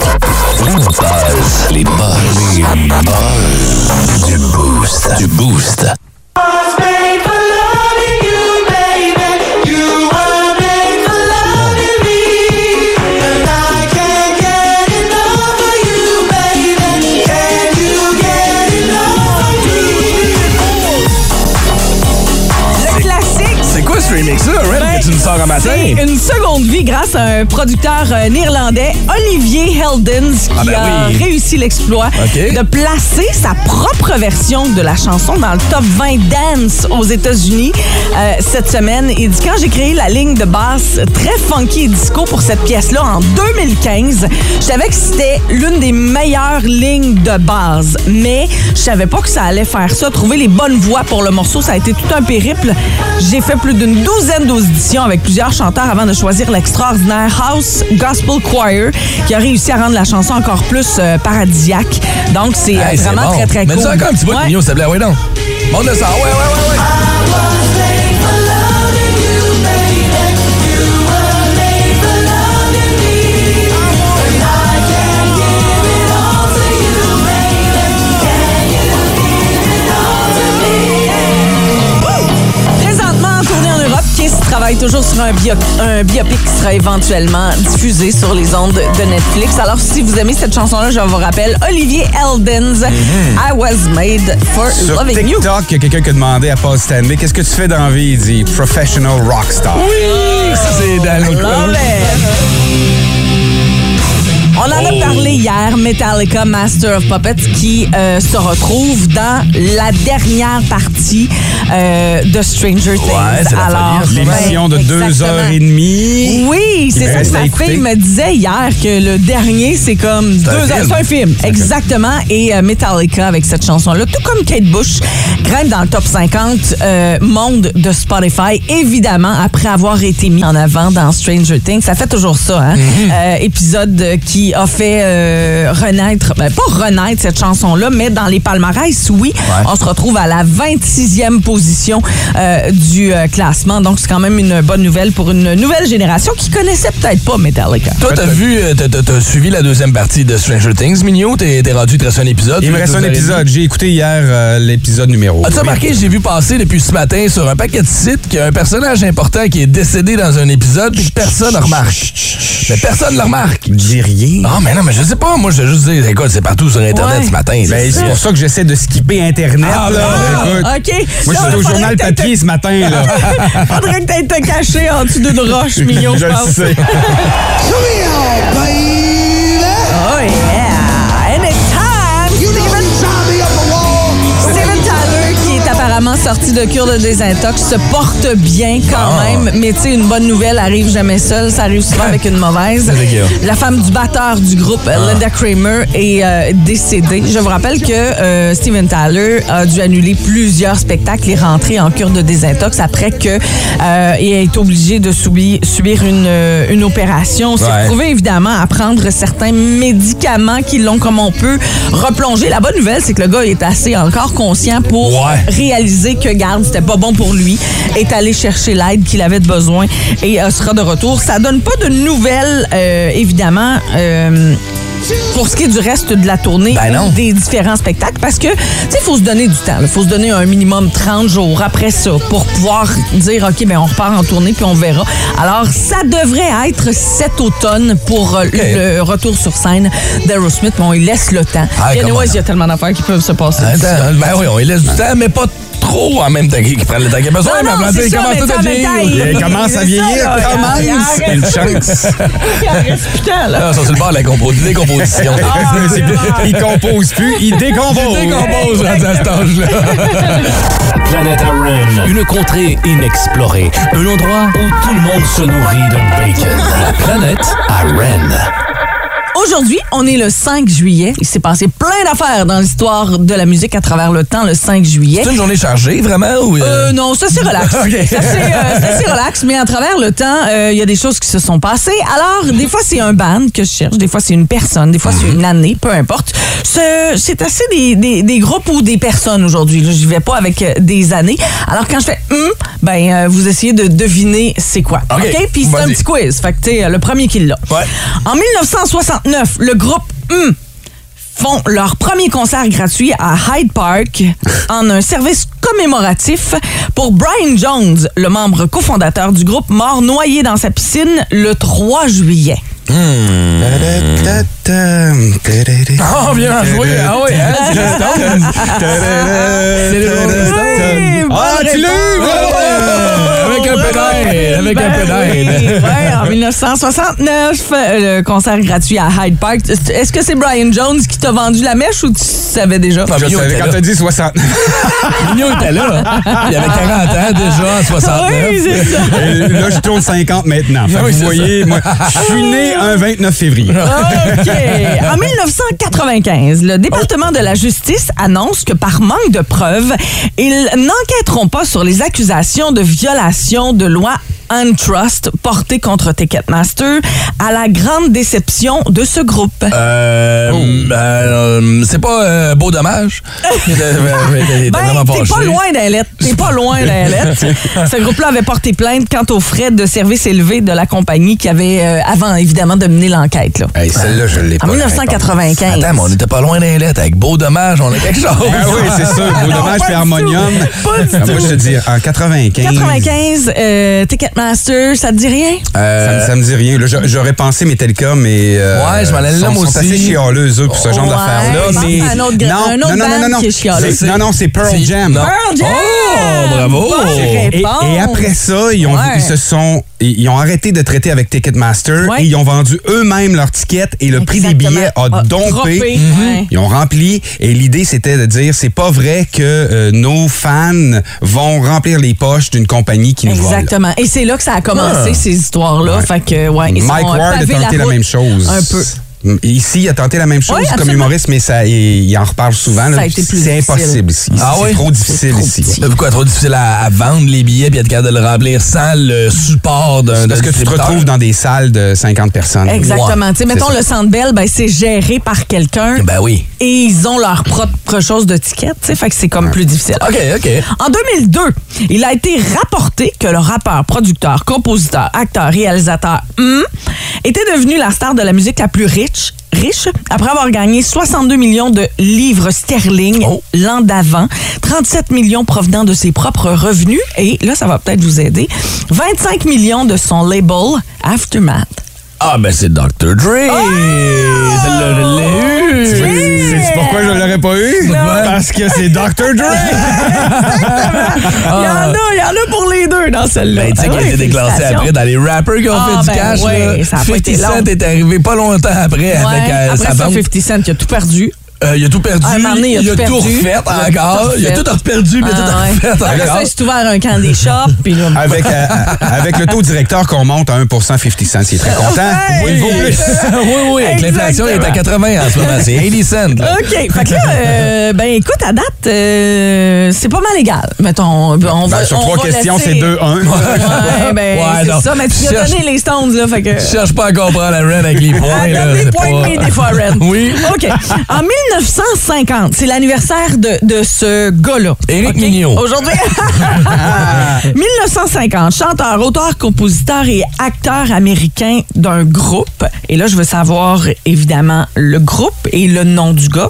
Speaker 1: Les buzz. Les buzz. Du boost. Du boost.
Speaker 4: le classique.
Speaker 3: C'est quoi ce remix-là, Ren,
Speaker 4: Ben,
Speaker 3: que tu me sors un matin?
Speaker 4: C'est une seconde vie grâce à un producteur euh, néerlandais, Olivier Heldens, qui
Speaker 3: Ah ben
Speaker 4: a
Speaker 3: oui.
Speaker 4: réussi l'exploit
Speaker 3: OK.
Speaker 4: de placer sa propre version de la chanson dans le top 20 dance aux États-Unis euh, cette semaine. Il dit quand j'ai créé la ligne de basse très funky et disco pour cette pièce-là en 2015, je savais que c'était l'une des meilleures lignes de base, mais je savais pas que ça allait faire ça. Trouver les bonnes voix pour le morceau, ça a été tout un périple. J'ai fait plus d'une douzaine d'auditions avec plusieurs chanteurs avant de choisir l'extraordinaire House Gospel Choir qui a réussi à rendre la chanson encore plus euh, paradisiaque. Donc, c'est euh,
Speaker 3: Hey, c'est
Speaker 4: vraiment
Speaker 3: bon.
Speaker 4: très, très
Speaker 3: Mets-nous
Speaker 4: cool.
Speaker 3: encore un petit bout de
Speaker 4: Ouais.
Speaker 3: mignon, s'il te plaît. Ouais, non. On le sort. Ouais, ouais, ouais, ouais.
Speaker 4: Présentement en tournée en Europe, Kiss travaille toujours sur un, bio- un biopic qui sera éventuellement diffusé sur les ondes de Netflix. Alors, si vous aimez cette chanson-là, je vous rappelle Olivier Eldens,
Speaker 3: Mm-hmm.
Speaker 4: I was made for
Speaker 5: Sur
Speaker 4: loving you.
Speaker 5: TikTok, il y a quelqu'un qui a demandé à Paul Stanley Qu'est-ce que tu fais dans la vie Il dit Professional Rockstar.
Speaker 3: Oui, ça, c'est dans le
Speaker 4: Love it. On
Speaker 5: Oh.
Speaker 4: en a parlé hier, Metallica Master of Puppets, qui euh, se retrouve dans la dernière partie euh, de Stranger Things.
Speaker 3: Ouais, c'est la
Speaker 4: Alors,
Speaker 5: L'émission de
Speaker 4: ouais,
Speaker 5: deux
Speaker 4: exactement.
Speaker 5: heures et demie.
Speaker 4: Oui, c'est
Speaker 5: me
Speaker 4: ça que
Speaker 5: reste à
Speaker 4: ma
Speaker 5: écouter.
Speaker 4: fille me disait hier que le dernier, c'est comme deux
Speaker 3: un film.
Speaker 4: heures. C'est un film. Exactement. Et euh, Metallica avec cette chanson-là, tout comme Kate Bush, grimpe dans le top 50 euh, monde de Spotify, évidemment, après avoir été mis en avant dans Stranger Things. Ça fait toujours ça, hein? Euh, épisode qui a fait euh, renaître, ben, pas renaître cette chanson-là, mais dans les palmarès, oui. On se retrouve à la 26e position euh, du euh, classement. Donc, c'est quand même une bonne nouvelle pour une nouvelle génération qui connaissait peut-être pas Metallica.
Speaker 3: Toi, t'as vu, euh, t'as- t'as t'as suivi la deuxième partie de Stranger Things, Mignot? T'es t'es rendu, il te reste un épisode.
Speaker 5: Il me
Speaker 3: Tu
Speaker 5: reste
Speaker 3: veux
Speaker 5: un
Speaker 3: nous arrêter?
Speaker 5: épisode. J'ai écouté hier euh, l'épisode numéro.
Speaker 3: As-tu remarqué, j'ai vu passer depuis ce matin sur un paquet de sites qu'il y a un personnage important qui est décédé dans un épisode puis que personne ne remarque. Mais personne ne le remarque.
Speaker 5: Dis rien.
Speaker 3: Ah, mais non, mais je sais pas. Moi, je vais juste dire, écoute, c'est partout sur Internet
Speaker 4: Ouais.
Speaker 3: ce matin.
Speaker 5: Ben, c'est pour ça que j'essaie de skipper Internet.
Speaker 3: Ah,
Speaker 5: là.
Speaker 4: Ah,
Speaker 5: Euh, Écoute,
Speaker 4: OK.
Speaker 5: Moi,
Speaker 4: Non,
Speaker 5: j'étais au
Speaker 4: faudrait
Speaker 5: journal
Speaker 4: que t'aies-
Speaker 5: papier ce matin. Là.
Speaker 4: Faudrait que t'aies été caché en dessous d'une roche, mignon, je
Speaker 5: le
Speaker 4: pense.
Speaker 5: sais.
Speaker 4: Oh, yeah. And it's time. Steven- Steven Tyler, qui est apparemment sorti de cure de désintox, se porte bien quand même. Mais tu sais, une bonne nouvelle arrive jamais seule. Ça arrive souvent avec une mauvaise.
Speaker 3: C'est clair.
Speaker 4: La femme du batteur du groupe, Linda Kramer, est euh, décédée. Je vous rappelle que euh, Steven Tyler a dû annuler plusieurs spectacles et rentrer en cure de désintox après que euh, il a été obligé de soubi- subir une, euh, une opération. On s'est
Speaker 3: Ouais.
Speaker 4: retrouvé, évidemment à prendre certains médicaments qui l'ont comme on peut replongé. La bonne nouvelle, c'est que le gars est assez encore conscient pour
Speaker 3: Ouais.
Speaker 4: réaliser que garde, c'était pas bon pour lui, est allé chercher l'aide qu'il avait de besoin et euh, sera de retour. Ça donne pas de nouvelles, euh, évidemment. euh, pour ce qui est du reste de la tournée
Speaker 3: Ben non.
Speaker 4: ou des différents spectacles, parce que, tu sais, il faut se donner du temps. Il faut se donner un minimum 30 jours après ça pour pouvoir dire, OK, ben on repart en tournée puis on verra. Alors, ça devrait être cet automne pour euh, le retour sur scène d'Aerosmith, mais on lui laisse le temps. Ah
Speaker 3: Ah,
Speaker 4: Puis,
Speaker 3: come
Speaker 4: anyways,
Speaker 3: on.
Speaker 5: Hein?
Speaker 4: il y a tellement d'affaires qui peuvent se passer.
Speaker 3: Attends, ben oui, on y laisse du temps, mais pas trop en même temps qu'il prend le temps qu'il a besoin.
Speaker 4: Non, non,
Speaker 3: mais en même temps,
Speaker 4: c'est
Speaker 3: il
Speaker 4: ça,
Speaker 3: commence
Speaker 4: mais
Speaker 3: tout
Speaker 4: en
Speaker 3: à
Speaker 4: même
Speaker 3: vieillir.
Speaker 4: temps,
Speaker 5: Il
Speaker 4: il-
Speaker 5: commence à
Speaker 4: C'est ça,
Speaker 5: vieillir,
Speaker 4: là, il
Speaker 5: commence!
Speaker 4: arrête.
Speaker 5: Une chance!
Speaker 4: Il en reste plus tant, là.
Speaker 3: Ah, ça, c'est le bord de la compo- de la composition.
Speaker 4: Ah,
Speaker 5: il compose plus, il décompose!
Speaker 3: Dès qu'on pose rendu à cet âge-là.
Speaker 1: Planète Aren, une contrée inexplorée, un endroit où tout le monde se nourrit de bacon. La planète Aren.
Speaker 4: Aujourd'hui, on est le 5 juillet. Il s'est passé plein d'affaires dans l'histoire de la musique à travers le temps, le 5 juillet.
Speaker 3: C'est une journée chargée, vraiment? Ou,
Speaker 4: Euh, non, ça c'est relax.
Speaker 3: Ok.
Speaker 4: Ça c'est euh, ça, c'est relax, mais à travers le temps, euh, il y a des choses qui se sont passées. Alors, des fois c'est un band que je cherche, des fois c'est une personne, des fois c'est une année, peu importe. Ce- C'est assez des, des- des groupes ou des personnes aujourd'hui. là. Je vais pas avec euh, des années. Alors quand je fais hum, ben euh, vous essayez de deviner c'est quoi.
Speaker 3: Ok.
Speaker 4: Puis c'est un
Speaker 3: Vas-y.
Speaker 4: petit quiz. Fait que tu sais, euh, le premier qui l'a.
Speaker 3: Ouais.
Speaker 4: En 1969, le groupe hum font leur premier concert gratuit à Hyde Park en un service commémoratif pour Brian Jones, le membre cofondateur du groupe mort noyé dans sa piscine le 3 juillet.
Speaker 3: Ah, bien joué! Ah oui, hein? C'est les Stones. C'est les Rolling
Speaker 4: Oui,
Speaker 3: Stones.
Speaker 4: bonne
Speaker 5: Ah, tu l'as eu,
Speaker 4: réponse. Ah
Speaker 3: bravo! Avec un pédale, avec un
Speaker 4: Ben oui,
Speaker 3: pédale.
Speaker 4: ouais, en 1969, euh, le concert gratuit à Hyde Park. Est-ce que c'est Brian Jones qui t'a vendu la mèche ou tu savais déjà?
Speaker 3: Ah,
Speaker 5: Je
Speaker 3: Mignot
Speaker 5: savais,
Speaker 3: était
Speaker 5: quand
Speaker 3: là.
Speaker 5: t'as dit 60.
Speaker 3: Mignot était là. Il avait 40 ans déjà, en 69.
Speaker 4: Oui, c'est ça.
Speaker 5: Euh, là, je tourne 50 maintenant. Fait que
Speaker 3: Ah Oui,
Speaker 5: vous
Speaker 3: c'est Ah,
Speaker 5: voyez, moi, je suis né un 29 février.
Speaker 4: OK. En 1995, le département de la justice annonce que par manque de preuves, ils n'enquêteront pas sur les accusations de violation de loi Untrust portées contre Ticketmaster à la grande déception de ce groupe.
Speaker 3: Euh,
Speaker 4: Oh.
Speaker 3: euh, c'est pas euh, beau dommage. Il était- euh, il était- il était
Speaker 4: Ben,
Speaker 3: vraiment
Speaker 4: t'es pas
Speaker 3: fâché.
Speaker 4: loin d'un lettre. T'es pas loin d'un lettre. Ce groupe-là avait porté plainte quant aux frais de services élevés de la compagnie qui avait, euh, avant évidemment, de mener l'enquête. là.
Speaker 3: Hey, celle-là, je l'ai pas.
Speaker 4: En 1995.
Speaker 3: Attends, mais on n'était pas loin d'un lettre. Avec beau dommage, on a quelque chose.
Speaker 5: Ben oui, c'est sûr. Beau
Speaker 4: Non,
Speaker 5: dommage,
Speaker 4: pas
Speaker 5: puis
Speaker 4: du
Speaker 5: harmonium.
Speaker 4: tout. Pas du
Speaker 5: Ah, Moi,
Speaker 4: tout.
Speaker 5: je te dis, en 95.
Speaker 4: 95, euh, Ticketmaster, ça te dit rien?
Speaker 5: Ça, me-
Speaker 3: Euh,
Speaker 5: ça me dit rien. Là, j'a- J'aurais pensé Metallica, mais. euh,
Speaker 3: Ouais, je m'en allais là,
Speaker 5: sont-
Speaker 3: moi
Speaker 5: sont
Speaker 3: aussi.
Speaker 5: assez chialeux, eux, pour ce genre
Speaker 4: Ouais,
Speaker 5: d'affaires-là.
Speaker 4: je pense
Speaker 5: mais-
Speaker 4: à un autre gra- un autre
Speaker 5: non, non,
Speaker 4: band
Speaker 5: non, non.
Speaker 4: qui est chialeux.
Speaker 5: C'est- Non, non, c'est Pearl
Speaker 3: C'est-
Speaker 5: Jam.
Speaker 3: non.
Speaker 4: Pearl Jam!
Speaker 3: Oh, bravo!
Speaker 4: Bonne
Speaker 3: Et-
Speaker 5: Et,
Speaker 4: réponse.
Speaker 5: et après ça, ils, ont,
Speaker 4: Ouais.
Speaker 5: ils se sont, ils, ils ont arrêté de traiter avec Ticketmaster
Speaker 4: Ouais.
Speaker 5: et ils ont vendu eux-mêmes leurs tickets et le prix des
Speaker 4: Exactement.
Speaker 5: billets a
Speaker 4: A
Speaker 5: dompé.
Speaker 4: droppé,
Speaker 5: Mhm.
Speaker 4: ouais.
Speaker 5: Ils ont rempli et l'idée c'était de dire c'est pas vrai que euh, nos fans vont remplir les poches d'une compagnie qui nous vole.
Speaker 4: Exactement. Et c'est là que ça a commencé, ces histoires-là. Fait que, ouais, ils
Speaker 5: Ah. Mike
Speaker 4: ont, euh,
Speaker 5: Ward a
Speaker 4: pavé
Speaker 5: tenté la,
Speaker 4: route
Speaker 5: même chose.
Speaker 4: Un peu.
Speaker 5: Mm, Ici, il a tenté la même chose comme
Speaker 4: absolument.
Speaker 5: humoriste, mais ça, il, il en reparle souvent. là.
Speaker 4: Ça a été plus
Speaker 5: C'est
Speaker 4: difficile.
Speaker 5: impossible ici. Ici,
Speaker 3: Ah oui?
Speaker 5: C'est trop difficile
Speaker 4: trop
Speaker 5: ici.
Speaker 4: petit.
Speaker 3: C'est pourquoi trop difficile à, à vendre les billets puis être capable de le remplir sans le support d'un
Speaker 5: Parce que tu te retrouves dans des salles de 50 personnes.
Speaker 4: Exactement. Tu sais, mettons,
Speaker 5: C'est Eh
Speaker 4: le Centre Bell, ben, c'est géré par quelqu'un
Speaker 3: Ben oui.
Speaker 4: et ils ont leur propre chose de ticket. tu sais, Fait que c'est comme plus difficile.
Speaker 3: OK, OK.
Speaker 4: En 2002, il a été rapporté que le rappeur, producteur, compositeur, acteur, réalisateur hmm, était devenu la star de la musique la plus riche, riche après avoir gagné 62 millions de livres sterling
Speaker 3: Oh.
Speaker 4: l'an d'avant, 37 millions provenant de ses propres revenus et, là, ça va peut-être vous aider, 25 millions de son label Aftermath.
Speaker 3: Ah, ben c'est Dr. Dre.
Speaker 4: Ah!
Speaker 3: Celle-là, je l'ai eu.
Speaker 5: C'est pourquoi je l'aurais pas eu? Parce que c'est Dr.
Speaker 4: Il y
Speaker 5: Dre.
Speaker 4: en a, il y en a pour les deux dans celle-là.
Speaker 3: Ah. Ben, tu sais
Speaker 4: Ah
Speaker 3: qu'elle
Speaker 4: oui,
Speaker 3: a été déclassée
Speaker 4: félicitations.
Speaker 3: après dans les rappers qui ont
Speaker 4: Ah,
Speaker 3: fait du
Speaker 4: ben
Speaker 3: cash.
Speaker 4: ouais,
Speaker 3: là.
Speaker 4: ça a pas été
Speaker 3: 50 Cent
Speaker 4: long.
Speaker 3: est arrivé pas longtemps après avec
Speaker 4: Ouais.
Speaker 3: euh,
Speaker 4: Après
Speaker 3: sa
Speaker 4: ça,
Speaker 3: bande.
Speaker 4: 50 Cent, il a tout perdu.
Speaker 3: Euh, il a tout perdu.
Speaker 4: Ah, un moment donné, il a tout perdu.
Speaker 3: refait
Speaker 4: Il a tout
Speaker 3: encore. Il a
Speaker 4: refait.
Speaker 3: tout reperdu, puis il a tout
Speaker 4: Ah, ouais.
Speaker 3: refait
Speaker 4: Après
Speaker 3: encore.
Speaker 4: ça, il s'est ouvert un camp des shops. Puis là,
Speaker 5: Avec, euh, avec le taux directeur qu'on monte à 1 50 Cent, il est très content.
Speaker 4: Hey!
Speaker 5: Il vaut plus.
Speaker 3: oui, oui, avec l'inflation, il est à 80 en ce moment. C'est 80 cents. là.
Speaker 4: OK. Fait que là, euh, ben écoute, à date, euh, c'est pas mal égal. Mettons, ben, on va.
Speaker 5: Ben, sur
Speaker 4: on
Speaker 5: trois
Speaker 4: va
Speaker 5: questions,
Speaker 4: laisser-
Speaker 5: c'est 2-1.
Speaker 4: Ouais, ben,
Speaker 3: Ouais, non.
Speaker 4: c'est ça. Mais tu lui as
Speaker 3: Cherche-
Speaker 4: donné les Stones, là. Fait que.
Speaker 3: Je cherche pas à comprendre la reine avec les points. là.
Speaker 4: Donne les
Speaker 3: C'est
Speaker 4: points
Speaker 3: pas-
Speaker 4: de mes des fois, Ren.
Speaker 3: Oui.
Speaker 4: OK. En 1950, c'est l'anniversaire de, de ce gars-là.
Speaker 3: Éric
Speaker 4: OK?
Speaker 3: Mignot.
Speaker 4: Aujourd'hui. 1950, chanteur, auteur, compositeur et acteur américain d'un groupe. Et là, je veux savoir, évidemment, le groupe et le nom du gars.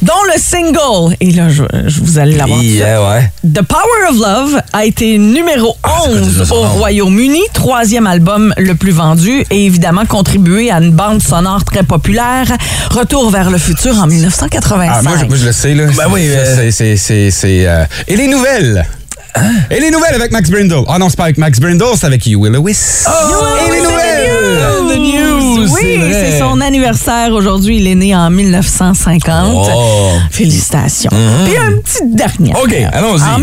Speaker 4: dont le single. Et là, je, je vous allez l'avoir. tout de suite.
Speaker 8: Yeah, hein, ouais.
Speaker 4: The Power of Love a été numéro
Speaker 8: c'est quoi,
Speaker 4: 11
Speaker 8: tu dis,
Speaker 4: au
Speaker 8: ça?
Speaker 4: Royaume-Uni, troisième album le plus vendu et évidemment contribué à une bande sonore très populaire. Retour vers le futur en 1985.
Speaker 5: Ah, moi, je, moi, je le sais, là.
Speaker 8: Ben oui,
Speaker 5: Ça,
Speaker 8: euh, Hein?
Speaker 5: c'est- c'est- c'est. c'est, euh, Et les nouvelles! Et les nouvelles avec Max Brindle. Ah non, c'est pas avec Max Brindle, c'est avec Huey Lewis.
Speaker 4: Oh,
Speaker 5: Oh, et les nouvelles!
Speaker 3: The news, c'est
Speaker 4: Oui,
Speaker 3: vrai.
Speaker 4: c'est son anniversaire aujourd'hui. Il est né en 1950.
Speaker 8: Oh.
Speaker 4: Félicitations. Puis un petit dernier.
Speaker 3: OK, allons-y.
Speaker 4: En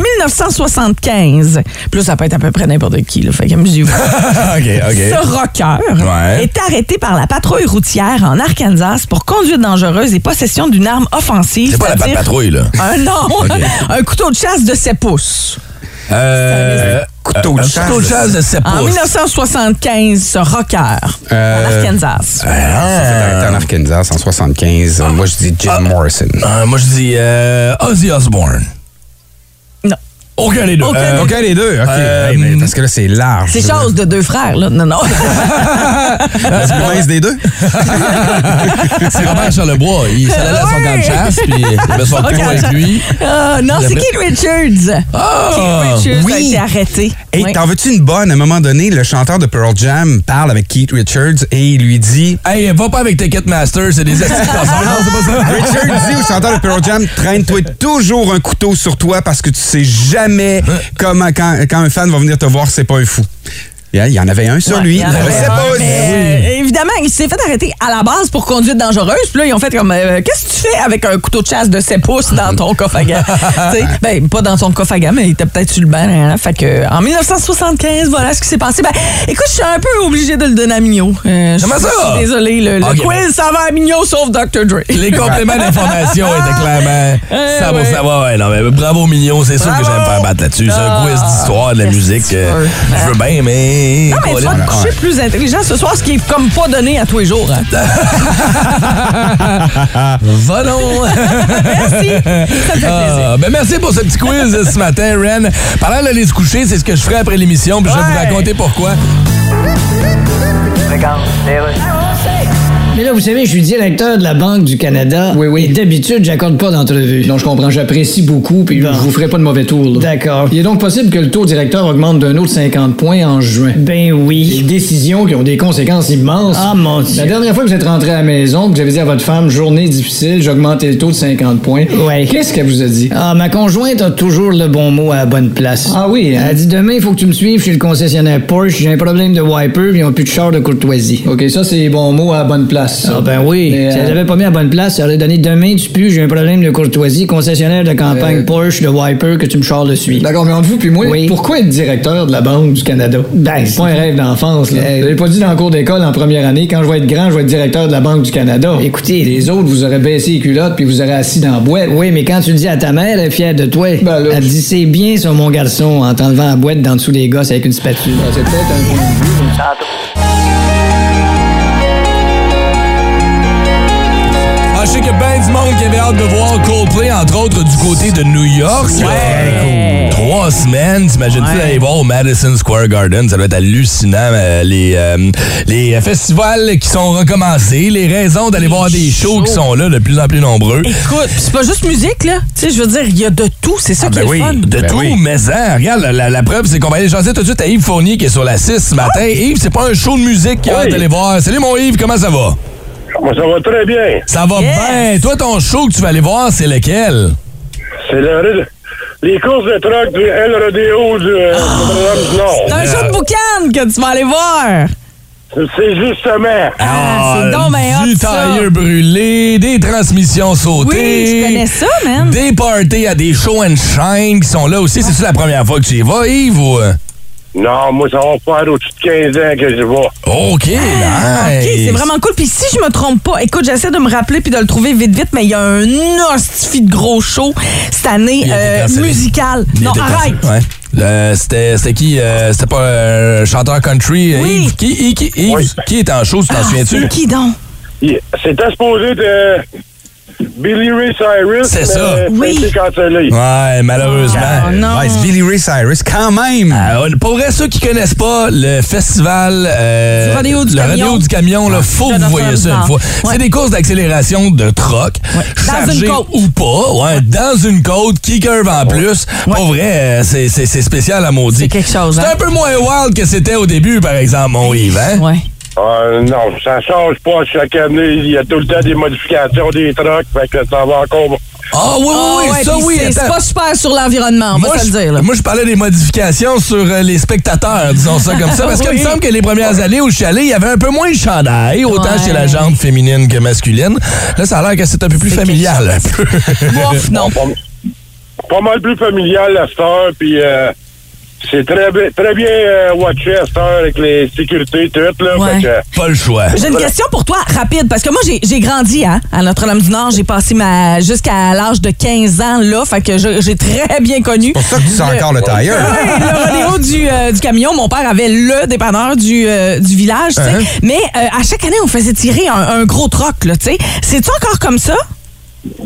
Speaker 4: 1975, plus ça peut être à peu près n'importe qui, là, fait qu'amusez-vous.
Speaker 5: Ah,
Speaker 3: OK, OK.
Speaker 4: Ce rocker
Speaker 3: Ouais.
Speaker 4: est arrêté par la patrouille routière en Arkansas pour conduite dangereuse et possession d'une arme offensive.
Speaker 8: C'est pas la patte
Speaker 4: c'est-à-dire
Speaker 8: patrouille, là.
Speaker 4: Un, non, un couteau de chasse de 7 pouces.
Speaker 8: Euh,
Speaker 5: Couteau de chasse.
Speaker 3: Couteau de chasse de sept
Speaker 4: En
Speaker 3: pouces.
Speaker 4: 1975, ce rocker
Speaker 5: Euh,
Speaker 4: en Arkansas.
Speaker 5: Ça fait en Arkansas en 75. Moi, je dis Jim Morrison.
Speaker 8: euh, moi, je dis euh, Ozzy Osbourne.
Speaker 4: Non.
Speaker 3: Aucun des deux.
Speaker 4: Aucun
Speaker 3: Euh,
Speaker 4: des
Speaker 5: Ah. OK, les deux. OK.
Speaker 8: Euh,
Speaker 5: Hey, mais parce que là, c'est large.
Speaker 4: C'est chose de deux frères, là. Non, non.
Speaker 5: La province des deux?
Speaker 3: c'est Robert Charlebois. Il s'en allait à son
Speaker 4: Ouais.
Speaker 3: camp de chasse, puis il avait son
Speaker 4: Son
Speaker 3: couteau
Speaker 4: camp de
Speaker 3: avec
Speaker 4: chasse.
Speaker 3: lui.
Speaker 4: Ah, non, c'est Keith Richards.
Speaker 3: Ah!
Speaker 4: Keith Richards a
Speaker 5: oui.
Speaker 4: été arrêté.
Speaker 5: Hey,
Speaker 4: Oui.
Speaker 5: t'en veux-tu une bonne? À un moment donné, le chanteur de Pearl Jam parle avec Keith Richards et il lui dit...
Speaker 3: Hey, va pas avec Ticket Master, c'est des astuces ensemble. Non, c'est pas ça.
Speaker 5: Richard dit au chanteur de Pearl Jam, traîne-toi toujours un couteau sur toi parce que tu sais jamais comment, quand, quand un fan va venir te voir, c'est pas un fou. Yeah, Il y en avait un sur
Speaker 4: Ouais,
Speaker 5: lui.
Speaker 4: il y en avait
Speaker 5: C'est
Speaker 4: un,
Speaker 5: pas
Speaker 4: mais, euh, Évidemment, il s'est fait arrêter à la base pour conduite dangereuse. Puis là, ils ont fait comme euh, Qu'est-ce que tu fais avec un couteau de chasse de 7 pouces dans ton coffre à gants? Tu sais, ben, pas dans son coffre à gants, mais il était peut-être sur le banc. hein. Fait que, en 1975, voilà ce qui s'est passé. Ben, écoute, je suis un peu obligée de le donner à Mignot. Euh, je
Speaker 3: Comment
Speaker 4: suis-
Speaker 3: ça? Ah,
Speaker 4: je suis Désolée, le, le
Speaker 3: Ok, ben.
Speaker 4: quiz, ça va à Mignot sauf Dr. Dre.
Speaker 3: Les compléments d'information étaient clairement
Speaker 4: Eh
Speaker 3: ça va,
Speaker 4: oui.
Speaker 3: ça va, ouais, non, mais bravo mignon, c'est sûr que
Speaker 4: Bravo.
Speaker 3: j'aime faire battre là-dessus. C'est un
Speaker 4: Ah.
Speaker 3: quiz d'histoire, de la
Speaker 4: Qu'est-ce
Speaker 3: musique.
Speaker 4: que tu
Speaker 3: euh,
Speaker 4: veux?
Speaker 3: je veux bien, mais.
Speaker 4: Non, Ah, mais tu vas te coucher plus intelligent ce soir, ce qui est comme pas donné à tous les jours. hein.
Speaker 3: Va donc!
Speaker 4: Merci. Ça me fait plaisir.
Speaker 3: Ah, ben merci pour ce petit quiz euh, ce matin, Ren. Parlant d'aller se coucher, c'est ce que je ferai après l'émission, puis je vais vous
Speaker 4: Ouais.
Speaker 3: raconter pourquoi.
Speaker 7: Mais là, vous savez, je suis directeur de la Banque du Canada. Oui, oui. Et d'habitude, j'accorde pas d'entrevue. Non, je comprends. J'apprécie beaucoup, puis je vous ferai pas de mauvais tour. D'accord. Il est donc possible que le taux directeur augmente d'un autre 50 points en juin. Ben oui. Des décisions qui ont des conséquences immenses. Ah, mon Dieu. La dernière fois que vous êtes rentré à la maison, que vous avez dit à votre femme, journée difficile, j'ai augmenté le taux de 50 points. Ouais. Qu'est-ce qu'elle vous a dit? Ah, ma conjointe a toujours le bon mot à la bonne place. Ah oui, elle dit demain, il faut que tu me suives chez le concessionnaire Porsche, j'ai un problème de wiper, puis ils ont plus de char de courtoisie. OK, ça, c'est les bons mots à la bonne place. Ah ben oui. Si elle l'avait pas mis à la bonne place, ça aurait donné demain, tu pues, j'ai un problème de courtoisie, concessionnaire de campagne Porsche, de wiper, que tu me charles dessus. Euh, D'accord, mais entre vous puis moi, pourquoi être directeur de la Banque du Canada? Ben, c'est Euh, pas un rêve d'enfance, là. Vous l'avez pas dit dans le cours d'école en première année, quand je vais être grand, je vais être directeur de la Banque du Canada. Écoutez, les autres, vous aurez baissé les culottes puis vous aurez assis dans la boîte. Ben, Oui, mais quand tu dis à ta mère, elle est fière de toi. elle dit, c'est bien ça, mon garçon, en t'enlevant la boîte dans dessous des gosses avec une spatule. Ben, c'est peut-être un point de vue.
Speaker 3: Ah, je sais que ben du monde qui avait hâte de voir Coldplay, entre autres du côté de New York. Ouais. Trois semaines, t'imagines-tu d'aller voir au Madison Square Garden? Ça doit être hallucinant, euh, les, euh, les festivals qui sont recommencés, les raisons d'aller voir des shows qui sont là de plus en plus nombreux.
Speaker 4: Écoute, pis c'est pas juste musique, là. Tu sais, je veux dire, il y a de tout. C'est ça qui est le fun.
Speaker 3: Ah, de
Speaker 5: Ben
Speaker 3: tout,
Speaker 5: oui.
Speaker 3: mais hein, regarde, la, la- la preuve, c'est qu'on va aller jaser tout de suite à Yves Fournier qui est sur la 6 ce matin. Yves, c'est pas un show de musique qu'il a hâte
Speaker 2: Oui.
Speaker 3: d'aller voir. Salut mon Yves, comment ça va?
Speaker 2: Moi, ça va très bien.
Speaker 3: Ça va
Speaker 4: Yes.
Speaker 3: bien. Toi, ton show que tu vas aller voir, c'est lequel?
Speaker 2: C'est le- les courses de truck du LRDO du euh,
Speaker 4: Ah.
Speaker 2: Notre-Dame du
Speaker 4: C'est
Speaker 2: Nord.
Speaker 4: un show de boucan que tu vas aller voir.
Speaker 2: C'est justement.
Speaker 4: Ah, c'est donc bien
Speaker 3: Du
Speaker 4: hot, ça.
Speaker 3: tailleur brûlé, des transmissions sautées.
Speaker 4: Oui, je connais ça, man.
Speaker 3: Des parties à des show and shine qui sont là aussi. C'est-tu la première fois que tu y vas, Yves? Ou... euh?
Speaker 2: Non, moi, ça va faire au-dessus de 15 ans que je vais.
Speaker 3: OK,
Speaker 4: Ah, OK,
Speaker 3: nice.
Speaker 4: c'est vraiment cool. Puis si je me trompe pas, écoute, j'essaie de me rappeler puis de le trouver vite, vite, mais il y a un hostifie de gros show cette année
Speaker 3: Il a été
Speaker 4: euh,
Speaker 3: cancellé.
Speaker 4: musical.
Speaker 3: Il
Speaker 4: Non,
Speaker 3: était
Speaker 4: arrête.
Speaker 3: cancellé. Ouais. Euh, c'était, c'était qui? euh, c'était pas euh, un chanteur country? euh,
Speaker 4: Oui.
Speaker 3: Yves? Qui, Yves, qui, Yves,
Speaker 2: Oui.
Speaker 3: qui est en show, tu t'en
Speaker 4: Ah,
Speaker 3: souviens-tu?
Speaker 4: c'est qui donc?
Speaker 2: Il- C'était supposé de. euh, Billy Ray Cyrus.
Speaker 3: C'est ça.
Speaker 2: mais
Speaker 4: Oui.
Speaker 2: a été cancellé.
Speaker 3: Ouais, malheureusement.
Speaker 4: Ah, non.
Speaker 5: Ouais, c'est Billy Ray Cyrus, quand même!
Speaker 3: Ah, on- pour vrai, ceux qui connaissent pas le festival euh,
Speaker 4: Du rodéo du
Speaker 3: le
Speaker 4: camion.
Speaker 3: rodéo du camion, là, faut que vous
Speaker 4: Jonathan
Speaker 3: voyez ça une
Speaker 4: Barre.
Speaker 3: fois.
Speaker 4: Ouais.
Speaker 3: C'est des courses d'accélération de troc,
Speaker 4: Dans une
Speaker 3: chargées
Speaker 4: côte.
Speaker 3: ou pas, ouais, dans une côte, qui curve en plus. Pour vrai, euh, c'est- c'est c'est spécial à maudit.
Speaker 4: C'est quelque chose,
Speaker 3: C'est
Speaker 4: hein?
Speaker 3: un peu moins wild que c'était au début, par exemple, mon Yves. hein?
Speaker 4: Ouais.
Speaker 2: Ah, non, ça change pas chaque année. Il y a tout le temps des modifications des trucks. Fait que ça va encore.
Speaker 3: Ah oui, oui, oui,
Speaker 4: Ah ouais,
Speaker 3: ça
Speaker 4: puis
Speaker 3: oui.
Speaker 4: c'est- C'est
Speaker 3: attends.
Speaker 4: pas super sur l'environnement, on va
Speaker 3: moi,
Speaker 4: se le
Speaker 3: je,
Speaker 4: dire. là.
Speaker 3: moi, je parlais des modifications sur euh, les spectateurs, disons ça comme ça, parce qu'il
Speaker 4: Oui.
Speaker 3: me semble que les premières années où je suis allé, il y avait un peu moins de chandail, autant
Speaker 4: Ouais.
Speaker 3: chez la jambe féminine que masculine. Là, ça a l'air que c'est un peu plus
Speaker 4: C'est
Speaker 3: familial, un peu.
Speaker 4: Bof, non.
Speaker 2: Pas, pas mal plus familial à cette heure. Puis euh, c'est très, bi- très bien euh, watché à cette heure avec les sécurités toutes. Là,
Speaker 4: Ouais.
Speaker 2: fait que,
Speaker 3: Pas le choix.
Speaker 4: J'ai une question pour toi, rapide, parce que moi, j'ai j'ai grandi hein, à Notre-Dame-du-Nord. J'ai passé ma jusqu'à l'âge de 15 ans là, fait que je- j'ai très bien connu.
Speaker 5: Pour ça que tu sens encore le tailleur.
Speaker 4: Oui, le rodéo du, euh, du camion. Mon père avait le dépanneur du, euh, du village, tu sais.
Speaker 3: Uh-huh.
Speaker 4: Mais euh, à chaque année, on faisait tirer un, un gros troc, là, tu sais. C'est-tu encore comme ça?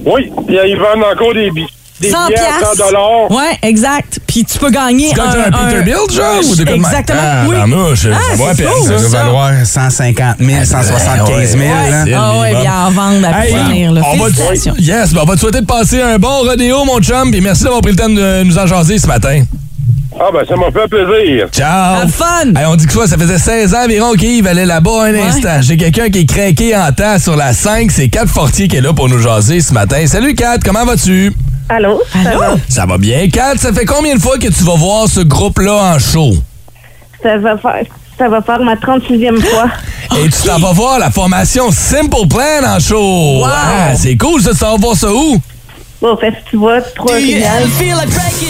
Speaker 2: oui, il y a- ils vendent encore des, bi- des
Speaker 4: 100
Speaker 2: billets à 100 dollars.
Speaker 4: Ouais, exact. Puis tu peux gagner
Speaker 3: Tu gagnes
Speaker 4: un,
Speaker 3: un Peterbilt, genre, ou des comme-
Speaker 4: Exactement,
Speaker 3: Ah,
Speaker 4: oui.
Speaker 3: la mouche,
Speaker 4: Ah,
Speaker 3: ça va
Speaker 4: c'est
Speaker 3: à peine,
Speaker 4: cool,
Speaker 5: Ça
Speaker 3: ça.
Speaker 5: doit valoir 150 000, 175 000.
Speaker 3: Ouais,
Speaker 5: hein?
Speaker 3: c'est le
Speaker 4: Ah ouais,
Speaker 3: minimum.
Speaker 4: bien à vendre à
Speaker 3: Hey,
Speaker 4: finir, là.
Speaker 3: on va te-
Speaker 4: Félicitations.
Speaker 3: yes, ben, on va te souhaiter de passer un bon rodéo, mon chum, et merci d'avoir pris le temps de nous en jaser ce matin.
Speaker 2: Ah, ben, ça m'a fait plaisir.
Speaker 3: Ciao!
Speaker 4: Have fun!
Speaker 3: Hey, on dit que ça, ça faisait 16 ans environ qu'il allait là-bas un
Speaker 4: Ouais.
Speaker 3: instant. J'ai quelqu'un qui est craqué en temps sur la 5. C'est Kat Fortier qui est là pour nous jaser ce matin. Salut Kat, comment vas-tu?
Speaker 9: Allô?
Speaker 3: Ah,
Speaker 9: Ça, va?
Speaker 4: Allô?
Speaker 3: Ça va bien. Kat, ça fait combien de fois que tu vas voir ce groupe-là en show?
Speaker 9: ça va faire. Ça va faire ma 36e fois.
Speaker 3: Et tu t'en vas voir la formation Simple Plan en show. Ah, c'est cool, ça. Tu t'en vas voir ça où?
Speaker 9: Bon, festival, trois finales.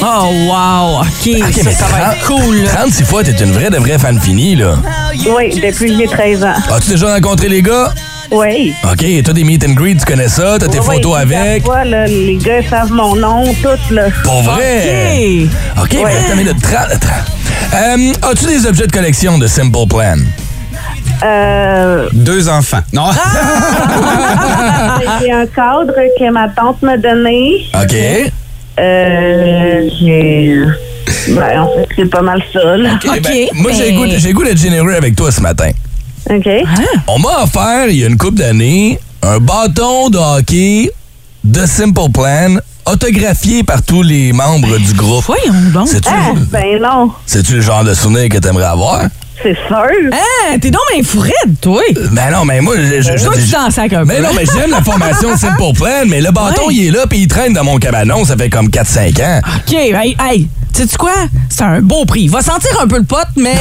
Speaker 4: Oh, wow! OK, ça, ça va être cool, là.
Speaker 3: 36 fois, t'es une vraie de vraie fan finie, là.
Speaker 9: Oui, depuis que j'ai 13 ans.
Speaker 3: As-tu déjà rencontré les gars?
Speaker 9: Oui.
Speaker 3: OK, t'as des meet and greet, tu connais ça, t'as tes
Speaker 9: Oui,
Speaker 3: photos
Speaker 9: puis
Speaker 3: avec.
Speaker 9: parfois, là, les gars savent mon nom, tout, là.
Speaker 3: Pour vrai!
Speaker 4: OK!
Speaker 3: OK, mais attends une minute. Tra- tra- Euh, As-tu des objets de collection de Simple Plan?
Speaker 9: Euh,
Speaker 5: Deux enfants. Non,
Speaker 9: j'ai un cadre que ma tante m'a donné.
Speaker 3: OK.
Speaker 9: Euh, j'ai... Ben, en fait, c'est pas mal ça, là.
Speaker 3: Eh ben,
Speaker 4: OK.
Speaker 3: moi, j'ai
Speaker 4: Ben-
Speaker 3: le goût de- j'ai le goût d'être généreux avec toi ce matin.
Speaker 9: OK?
Speaker 4: hein?
Speaker 3: On m'a offert, il y a une couple d'années, un bâton de hockey de Simple Plan autographié par tous les membres du groupe.
Speaker 4: Voyons donc. Hein?
Speaker 3: C'est-tu
Speaker 9: Ah, ben non.
Speaker 3: c'est-tu le genre de souvenir que t'aimerais avoir?
Speaker 9: C'est sûr.
Speaker 4: Hein, t'es donc un fou raide, toi!
Speaker 3: Ben non, mais moi, je... je- je-
Speaker 4: Toi, tu
Speaker 3: je-
Speaker 4: danses avec un
Speaker 3: mais
Speaker 4: peu.
Speaker 3: non, mais j'aime la formation de Simple Plan, mais le bâton,
Speaker 4: Ouais.
Speaker 3: il est là, puis il traîne dans mon cabanon, ça fait comme 4-5 ans.
Speaker 4: OK, hey, hey! Sais-tu quoi? C'est un beau prix. Va sentir un peu le pote, mais...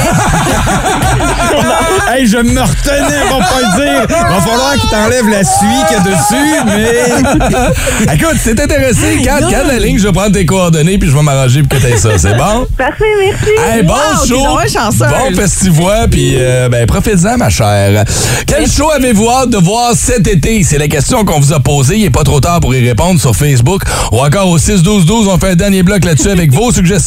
Speaker 5: hey, je me retenais pour pas le dire. Va falloir qu'il t'enlève la suie qu'il y a dessus, mais.
Speaker 3: Écoute, c'est intéressé. Garde, garde la ligne, je vais prendre tes coordonnées puis je vais m'arranger pour que t'aies ça. C'est bon?
Speaker 9: Parfait, merci.
Speaker 3: Hey, bon
Speaker 4: Wow, t'es
Speaker 3: show!
Speaker 4: donc bien chanceuse.
Speaker 3: Bon festivois, puis euh, ben, profitez-en, ma chère. Quel show avez-vous hâte de voir cet été? C'est la question qu'on vous a posée. Il n'est pas trop tard pour y répondre sur Facebook ou encore au 6-12-12. On fait un dernier bloc là-dessus avec vos suggestions.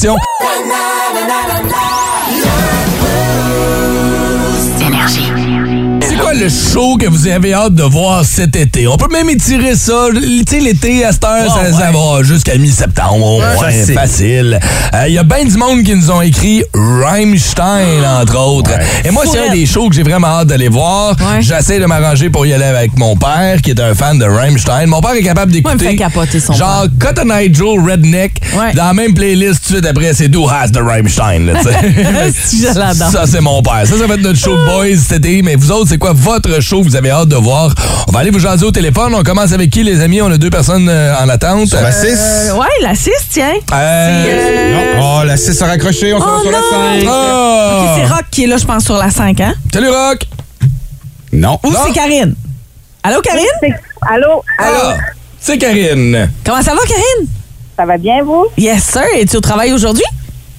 Speaker 3: C'est quoi le show que vous avez hâte de voir cet été? On peut même étirer ça. Tu sais, l'été, à cette heure, ça, ça va jusqu'à mi-septembre. au moins.
Speaker 5: Facile.
Speaker 3: facile. Il y a bien du monde qui nous ont écrit Rammstein, entre autres. Et moi, c'est un
Speaker 4: Fourette.
Speaker 3: des shows que j'ai vraiment hâte d'aller voir.
Speaker 4: Ouais.
Speaker 3: J'essaie de m'arranger pour y aller avec mon père, qui est un fan de Rammstein. Mon père est capable
Speaker 4: Moi, il me
Speaker 3: d'écouter
Speaker 4: fait capoter son
Speaker 3: genre Cotton Eye Joe Redneck
Speaker 4: Ouais.
Speaker 3: dans la même playlist tout de suite après. C'est Do Has de Rammstein. là, tu sais.
Speaker 4: Si je l'adore.
Speaker 3: Ça, c'est mon père. Ça, ça va être notre show de boys cet été. Mais vous autres, c'est quoi votre show? Vous avez hâte de voir. On va aller vous jaser au téléphone. On commence avec qui, les amis? On a deux personnes euh, en attente.
Speaker 5: La 6.
Speaker 4: ouais, la 6, tiens.
Speaker 3: Euh,
Speaker 5: Oh, la 6 a raccroché, on se
Speaker 4: Oh
Speaker 5: rend sur la
Speaker 4: non!
Speaker 5: 5.
Speaker 3: oh!
Speaker 4: C'est Rock qui est là, je pense, sur la 5, hein?
Speaker 3: Salut, Rock!
Speaker 5: Non.
Speaker 3: Ah.
Speaker 4: Ou c'est Karine? Allô, Karine?
Speaker 9: C'est- Allô? Allô?
Speaker 3: Ah, c'est Karine.
Speaker 4: Comment ça va, Karine?
Speaker 9: Ça va bien, vous?
Speaker 4: Yes, sir. Es-tu au travail aujourd'hui?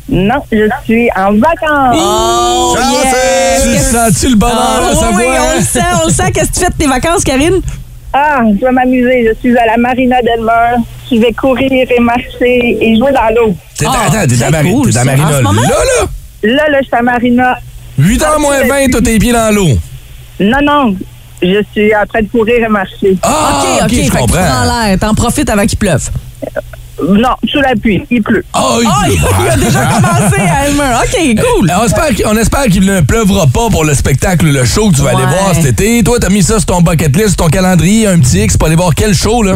Speaker 9: Non, je suis en vacances.
Speaker 4: Oh, yes!
Speaker 3: Tu le sens-tu le bonheur
Speaker 4: Ah,
Speaker 3: à
Speaker 4: oui,
Speaker 3: sa voix,
Speaker 4: oui, on
Speaker 3: hein?
Speaker 4: le sent, on le sent. Qu'est-ce que tu fais de tes vacances, Karine?
Speaker 9: Ah, je vais m'amuser. Je suis à la Marina del Mar. Je vais courir et marcher et jouer dans l'eau.
Speaker 3: T'es
Speaker 4: Ah,
Speaker 3: attends, t'es
Speaker 4: très
Speaker 3: dans Marina,
Speaker 4: cool,
Speaker 3: t'es dans
Speaker 4: ça.
Speaker 3: Marina.
Speaker 4: En ce
Speaker 3: Là,
Speaker 4: moment?
Speaker 3: là!
Speaker 9: Là, là, je suis à Marina.
Speaker 4: Ah,
Speaker 3: 8h moins 20, t'as tes pieds dans l'eau.
Speaker 9: Non, non. Je suis en train de courir et marcher.
Speaker 3: Ah,
Speaker 4: OK, OK,
Speaker 3: je
Speaker 4: fait que tu prends
Speaker 3: comprends.
Speaker 4: l'air, t'en profites avant qu'il pleuve.
Speaker 9: Non, sous la pluie, il pleut.
Speaker 3: Ah, il-
Speaker 4: Ah, il il a déjà commencé à aimer. OK, cool.
Speaker 3: Euh, on espère qu'il- On espère qu'il ne pleuvra pas pour le spectacle, le show que tu vas aller
Speaker 4: Ouais.
Speaker 3: voir cet été. Toi, t'as mis ça sur ton bucket list, sur ton calendrier, un petit X pour aller voir quel show, là?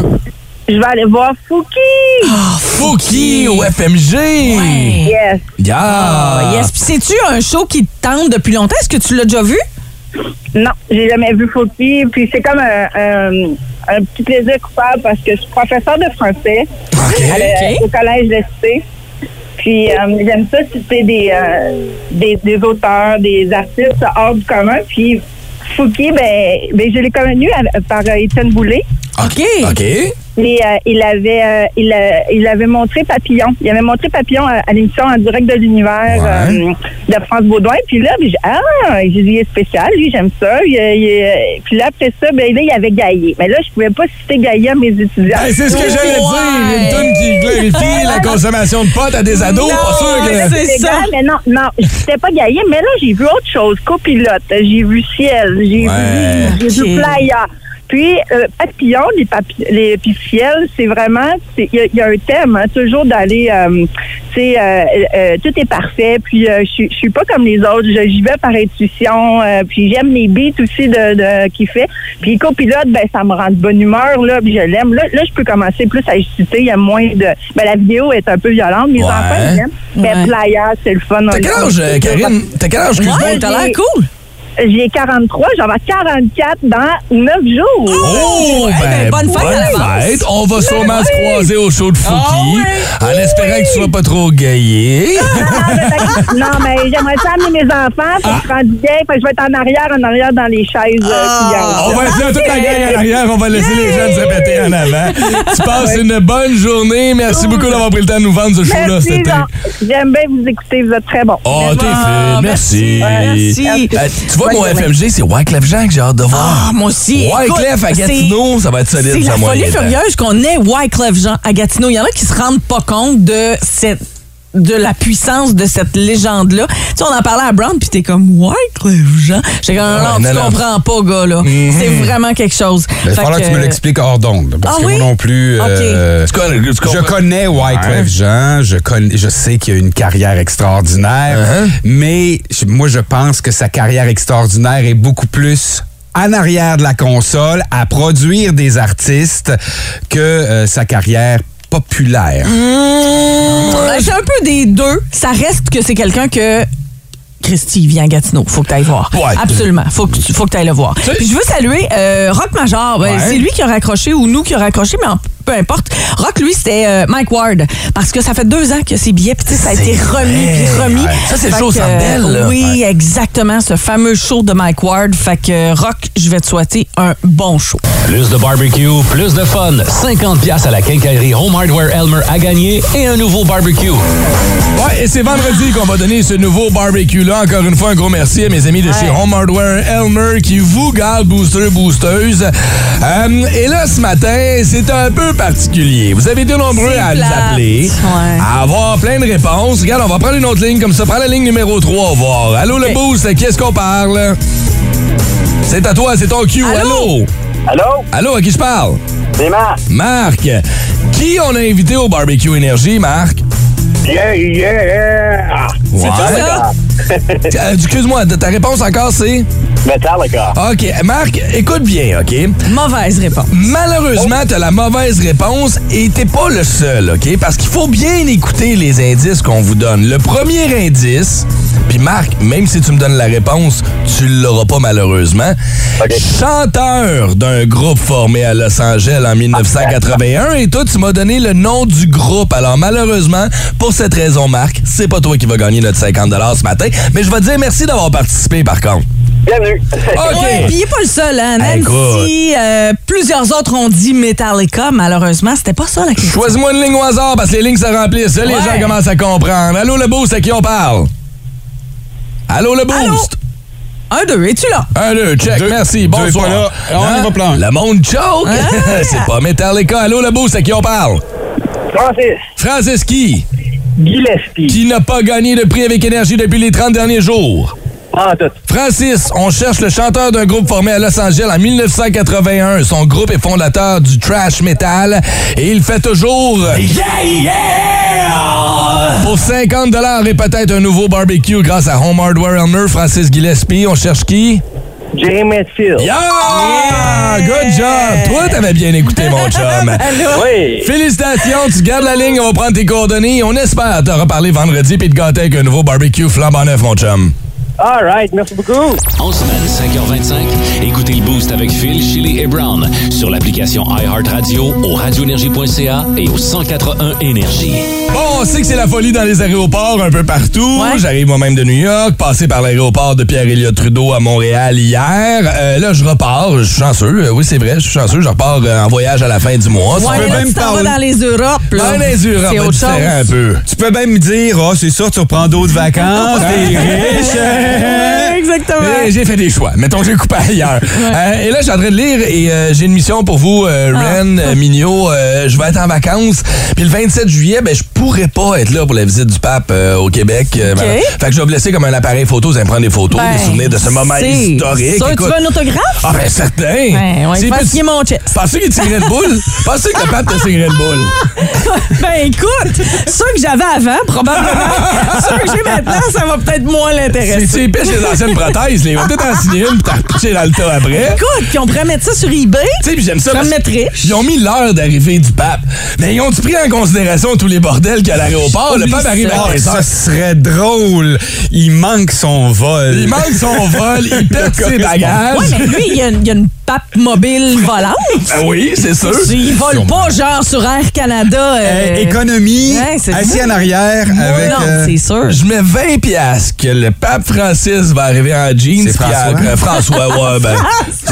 Speaker 9: Je vais aller voir Fouki.
Speaker 3: Fouki au FMG!
Speaker 4: Ah, Ouais.
Speaker 9: Yes.
Speaker 3: Yeah!
Speaker 4: Ah, yes. Puis c'est-tu un show qui te tente depuis longtemps? Est-ce que tu l'as déjà vu?
Speaker 9: Non, j'ai jamais vu Fouki. Puis c'est comme un, un- un petit plaisir coupable parce que je suis professeur de français à la-
Speaker 4: OK.
Speaker 9: au collège de cité. Puis euh, j'aime ça citer des, euh, des, des auteurs, des artistes hors du commun. Puis Fouki, ben, ben, je l'ai connu à- par euh, Étienne Boulay.
Speaker 4: OK.
Speaker 3: OK.
Speaker 9: Mais euh, il avait euh, il, a- il avait montré Papillon. Il avait montré Papillon euh, à, à l'émission en direct de l'univers euh, de France Baudouin. Puis là, ben, j'ai- ah, j'ai dit, il est spécial, lui, j'aime ça. Il- il- puis là, après ça, ben là, il avait Gaillé. Mais là, je pouvais pas citer Gaillé à mes étudiants.
Speaker 3: Hey, c'est ce que j'allais dire! Il y a une toune qui clarifie la consommation de potes à des ados.
Speaker 4: Non,
Speaker 3: pas sûr que-
Speaker 4: c'est-
Speaker 9: C'est
Speaker 4: ça.
Speaker 9: gars, Mais non, non, je citais pas Gaillé, mais là, j'ai vu autre chose. Copilote, j'ai vu Ciel, j'ai
Speaker 3: Ouais.
Speaker 9: vu, j'ai vu
Speaker 4: Ok.
Speaker 9: Playa. Puis, euh, papillon, les, papi- les puis ciel, c'est vraiment, c'est- il y, a- il y a un thème, hein, toujours d'aller, euh, tu sais, euh, euh, tout est parfait, puis euh, je suis- je suis pas comme les autres, je- j'y vais par intuition, euh, puis j'aime les beats aussi de, de qu'il fait. Puis copilote, ben ça me rend de bonne humeur, là, puis je l'aime. Là, là, je peux commencer plus à citer, il y a moins de... Ben, la vidéo est un peu violente, mes
Speaker 3: Ouais.
Speaker 9: enfants, ils l'aiment. Mais
Speaker 4: Ouais.
Speaker 9: Playa, c'est le fun.
Speaker 3: T'as quel
Speaker 9: On-
Speaker 3: âge,
Speaker 9: on-
Speaker 3: euh, Karine? T'as quel âge, excuse-moi?
Speaker 4: Ouais, t'as l'air cool.
Speaker 9: J'ai 43, j'en vais 44 dans 9 jours.
Speaker 3: Oh,
Speaker 4: Eh ben, bonne fête à l'avance.
Speaker 3: fête. On
Speaker 9: Ben
Speaker 3: va sûrement se croiser au show de
Speaker 9: Ah
Speaker 3: Fouki
Speaker 4: Oh, oui.
Speaker 3: en espérant que tu sois pas trop gaillé.
Speaker 9: Ah, ben, t'as- non, mais j'aimerais ça amener mes enfants, puis je prends du bien, fait que je vais être en arrière, en arrière dans les chaises euh,
Speaker 3: On
Speaker 4: Ah.
Speaker 9: pliantes.
Speaker 3: va être là toute la gang à l'arrière, on va laisser les jeunes se péter en avant.
Speaker 9: Ah
Speaker 3: Tu passes une bonne journée. Merci beaucoup d'avoir pris le temps de nous vendre ce show-là cet
Speaker 9: Merci,
Speaker 3: été.
Speaker 9: Jean. J'aime bien vous écouter, vous êtes très bons.
Speaker 3: Oh, t'es
Speaker 4: Ah,
Speaker 3: fine. Merci.
Speaker 4: merci.
Speaker 3: Euh, tu vois,
Speaker 9: Bonne
Speaker 3: mon
Speaker 9: journée.
Speaker 3: FMG, c'est Wyclef Jean que j'ai hâte de
Speaker 4: Ah,
Speaker 3: voir.
Speaker 4: moi aussi. Écoute,
Speaker 3: Wyclef à
Speaker 4: c'est-
Speaker 3: Gatineau, ça va être solide.
Speaker 4: C'est
Speaker 3: ça,
Speaker 4: la
Speaker 3: moi,
Speaker 4: folie
Speaker 3: il est temps.
Speaker 4: furieuse qu'on ait Wyclef Jean à Gatineau. Il y en a qui se rendent pas compte de cette de la puissance de cette légende-là. Tu sais, on en parlait à Brown, puis t'es comme « Wyclef Jean ». J'étais comme « Non,
Speaker 3: Ouais,
Speaker 4: tu
Speaker 3: non, non.
Speaker 4: comprends pas, gars, là. C'est vraiment quelque chose.
Speaker 5: Mhm. Ben, Il va
Speaker 4: Fait euh,
Speaker 5: falloir que tu me l'expliques hors d'onde. Parce
Speaker 4: Ah
Speaker 5: que
Speaker 4: oui?
Speaker 5: moi non plus.
Speaker 4: Ok.
Speaker 5: euh,
Speaker 3: Tu connais- tu
Speaker 5: je
Speaker 3: comprends-
Speaker 5: connais Wyclef Jean, je, connais, je sais qu'il a une carrière extraordinaire,
Speaker 3: Uh-huh.
Speaker 5: mais je- moi je pense que sa carrière extraordinaire est beaucoup plus en arrière de la console, à produire des artistes, que euh, sa carrière populaire.
Speaker 4: Euh, C'est un peu des deux. Ça reste que c'est quelqu'un que... Christy, il vient à Gatineau. Faut que t'ailles voir.
Speaker 3: Ouais.
Speaker 4: Absolument. Faut que tu faut que ailles le voir. Puis je veux saluer euh, Rock Major. Ben, C'est lui qui a raccroché ou nous qui a raccroché, mais en- peu importe. Rock, lui, c'était euh, Mike Ward. Parce que ça fait deux ans que ses billets, puis tu sais, ça a été remis, puis remis.
Speaker 3: Ça, c'est le
Speaker 4: Fait
Speaker 3: show
Speaker 4: que,
Speaker 3: Centre Bell, là.
Speaker 4: Oui, exactement. Ce fameux show de Mike Ward. Fait que Rock, je vais te souhaiter un bon show.
Speaker 1: Plus de barbecue, plus de fun. 50 pièces à la quincaillerie Home Hardware Elmer à gagner et un nouveau barbecue.
Speaker 3: Ouais, et c'est vendredi qu'on va donner ce nouveau barbecue-là. Encore une fois, un gros merci à mes amis de chez Home Hardware Elmer qui vous gardent booster, boosteuse. Euh, et là, ce matin, c'est un peu particulier. Vous avez été nombreux
Speaker 4: C'est
Speaker 3: à nous
Speaker 4: plate.
Speaker 3: appeler,
Speaker 4: Ouais.
Speaker 3: à avoir plein de réponses. Regarde, on va prendre une autre ligne comme ça. Prends la ligne numéro 3, voir. Allô, le
Speaker 4: Ok.
Speaker 3: boost, qu'est-ce qu'on parle? C'est à toi, c'est ton cue. Allô?
Speaker 4: Allô?
Speaker 2: Allô?
Speaker 3: Allô, à qui je parle?
Speaker 2: C'est Marc.
Speaker 3: Marc. Qui on a invité au barbecue énergie, Marc?
Speaker 2: Yeah, yeah, yeah. Ah,
Speaker 3: Ouais.
Speaker 4: Ça,
Speaker 3: Euh, Excuse-moi, ta réponse encore, c'est...
Speaker 2: Metallica.
Speaker 3: OK, Marc, écoute bien, OK?
Speaker 4: mauvaise réponse.
Speaker 3: Malheureusement, t'as la mauvaise réponse et t'es pas le seul, OK? Parce qu'il faut bien écouter les indices qu'on vous donne. Le premier indice, puis Marc, même si tu me donnes la réponse, tu l'auras pas malheureusement.
Speaker 2: OK.
Speaker 3: Chanteur d'un groupe formé à Los Angeles en 1981 et toi, tu m'as donné le nom du groupe. Alors malheureusement, pour cette raison, Marc, c'est pas toi qui vas gagner notre 50 ce matin, mais je vais te dire merci d'avoir participé par contre.
Speaker 2: Bienvenue.
Speaker 3: OK.
Speaker 4: Ouais, puis il est pas le seul, hein. Même
Speaker 3: Écoute.
Speaker 4: si euh, plusieurs autres ont dit Metallica, malheureusement, c'était pas ça la question.
Speaker 3: Choisis-moi une ligne au hasard parce que les lignes se remplissent. Là, les
Speaker 4: Ouais.
Speaker 3: gens commencent à comprendre. Allô, le boost, à qui on parle? Allô, le
Speaker 4: Allô?
Speaker 3: boost?
Speaker 4: Un, deux, es-tu là?
Speaker 3: Un, deux, check, merci, bonsoir. Hein?
Speaker 5: pas là. Alors, on y va plein.
Speaker 3: Le monde choke! C'est pas Metallica. Allô, le boost, à qui on parle?
Speaker 2: Francis.
Speaker 3: Francis qui?
Speaker 2: Gillespie.
Speaker 3: Qui n'a pas gagné de prix avec énergie depuis les 30 derniers jours?
Speaker 2: Pas en tout.
Speaker 3: Francis, on cherche le chanteur d'un groupe formé à Los Angeles en 1981. Son groupe est fondateur du trash metal et il fait toujours pour 50 dollars et peut-être un nouveau barbecue grâce à Home Hardware Elmer, Francis Gillespie. On cherche qui?
Speaker 2: James Hetfield.
Speaker 3: Yeah! Good job! Toi, t'avais bien écouté, mon chum.
Speaker 2: Oui.
Speaker 3: Félicitations, tu gardes la ligne, on va prendre tes coordonnées et on espère te reparler vendredi puis te gâter avec un nouveau barbecue flambant neuf, mon chum.
Speaker 2: All right. Merci beaucoup.
Speaker 1: En semaine 5h25, écoutez le Boost avec Phil, Chili et Brown sur l'application iHeartRadio au radioénergie.ca et au 1041 Énergie.
Speaker 3: Bon, Oh, on sait que c'est la folie dans les aéroports un peu partout. J'arrive moi-même de New York, passé par l'aéroport de Pierre-Éliott Trudeau à Montréal hier. Euh, là, je repars, je suis chanceux. Euh, oui, c'est vrai, je suis chanceux. Je repars euh, en voyage à la fin du mois.
Speaker 4: Ouais,
Speaker 3: Tu peux
Speaker 4: là,
Speaker 3: même
Speaker 4: tu t'en vas
Speaker 3: parler-
Speaker 4: dans les Europes, là.
Speaker 3: Ah, dans les Europes,
Speaker 4: C'est
Speaker 3: ben,
Speaker 4: autre chose.
Speaker 3: différent un peu.
Speaker 5: Tu peux même me dire, ah, c'est sûr, tu reprends d'autres vacances, t'es riche.
Speaker 4: Ouais, Exactement.
Speaker 3: Eh, j'ai fait des choix. Mettons, j'ai coupé ailleurs. Euh, et là, je suis en train de lire et euh, j'ai une mission pour vous,
Speaker 4: Ah.
Speaker 3: euh, Ren, euh, Mignot. Euh, je vais être en vacances. Puis le 27 juillet, ben, je pourrais pas être là pour la visite du pape euh, au Québec. Euh,
Speaker 4: OK.
Speaker 3: ben, fait que je vais me laisser comme un appareil photo, vous allez me prendre des photos,
Speaker 4: Ben,
Speaker 3: des souvenirs de ce moment
Speaker 4: c'est
Speaker 3: historique.
Speaker 4: ça, tu
Speaker 3: Écoute-
Speaker 4: veux un autographe?
Speaker 3: Ah ben certain!
Speaker 4: Ben, ouais,
Speaker 3: C'est
Speaker 4: parce
Speaker 3: petit-
Speaker 4: qu'il est mon chest.
Speaker 3: Penses-tu qu'il te signerait de boule? Penses-tu que le pape te signerait de boule?
Speaker 4: Ben écoute, ceux que j'avais avant, probablement. ceux que j'ai maintenant, ça va peut-être moins
Speaker 3: C'est
Speaker 4: l'intéresser.
Speaker 3: c'est pire que les anciennes prothèses, là. Il va peut-être en signer une puis t'en repitcher dans le tas après.
Speaker 4: Écoute, puis on pourrait mettre ça sur eBay.
Speaker 3: Tu sais, puis j'aime ça.
Speaker 4: Ça
Speaker 3: parce
Speaker 4: me met riche.
Speaker 3: Ils ont mis l'heure d'arrivée du pape. Mais ils ont-tu pris en considération tous les bordels qu'il y a à l'aéroport? Le pape arrive
Speaker 5: Ah,
Speaker 3: à 15
Speaker 5: ça
Speaker 3: heures.
Speaker 5: serait drôle. Il manque son vol.
Speaker 3: Il manque son vol, il perd ses bagages.
Speaker 4: Ouais, mais lui, il y a, une- il y a une pape mobile volante.
Speaker 3: Ben oui, c'est sûr.
Speaker 4: Il vole
Speaker 5: Sûrement.
Speaker 4: pas genre sur Air Canada.
Speaker 5: Euh,
Speaker 4: euh,
Speaker 5: économie,
Speaker 4: ouais, c'est
Speaker 5: assis
Speaker 4: ça.
Speaker 5: en arrière avec.
Speaker 4: non,
Speaker 5: euh,
Speaker 4: c'est sûr.
Speaker 3: Je mets 20 piastres que le pape Francis va arriver en jeans.
Speaker 5: C'est
Speaker 3: puis
Speaker 5: François?
Speaker 3: en- euh, François, ouais, ben,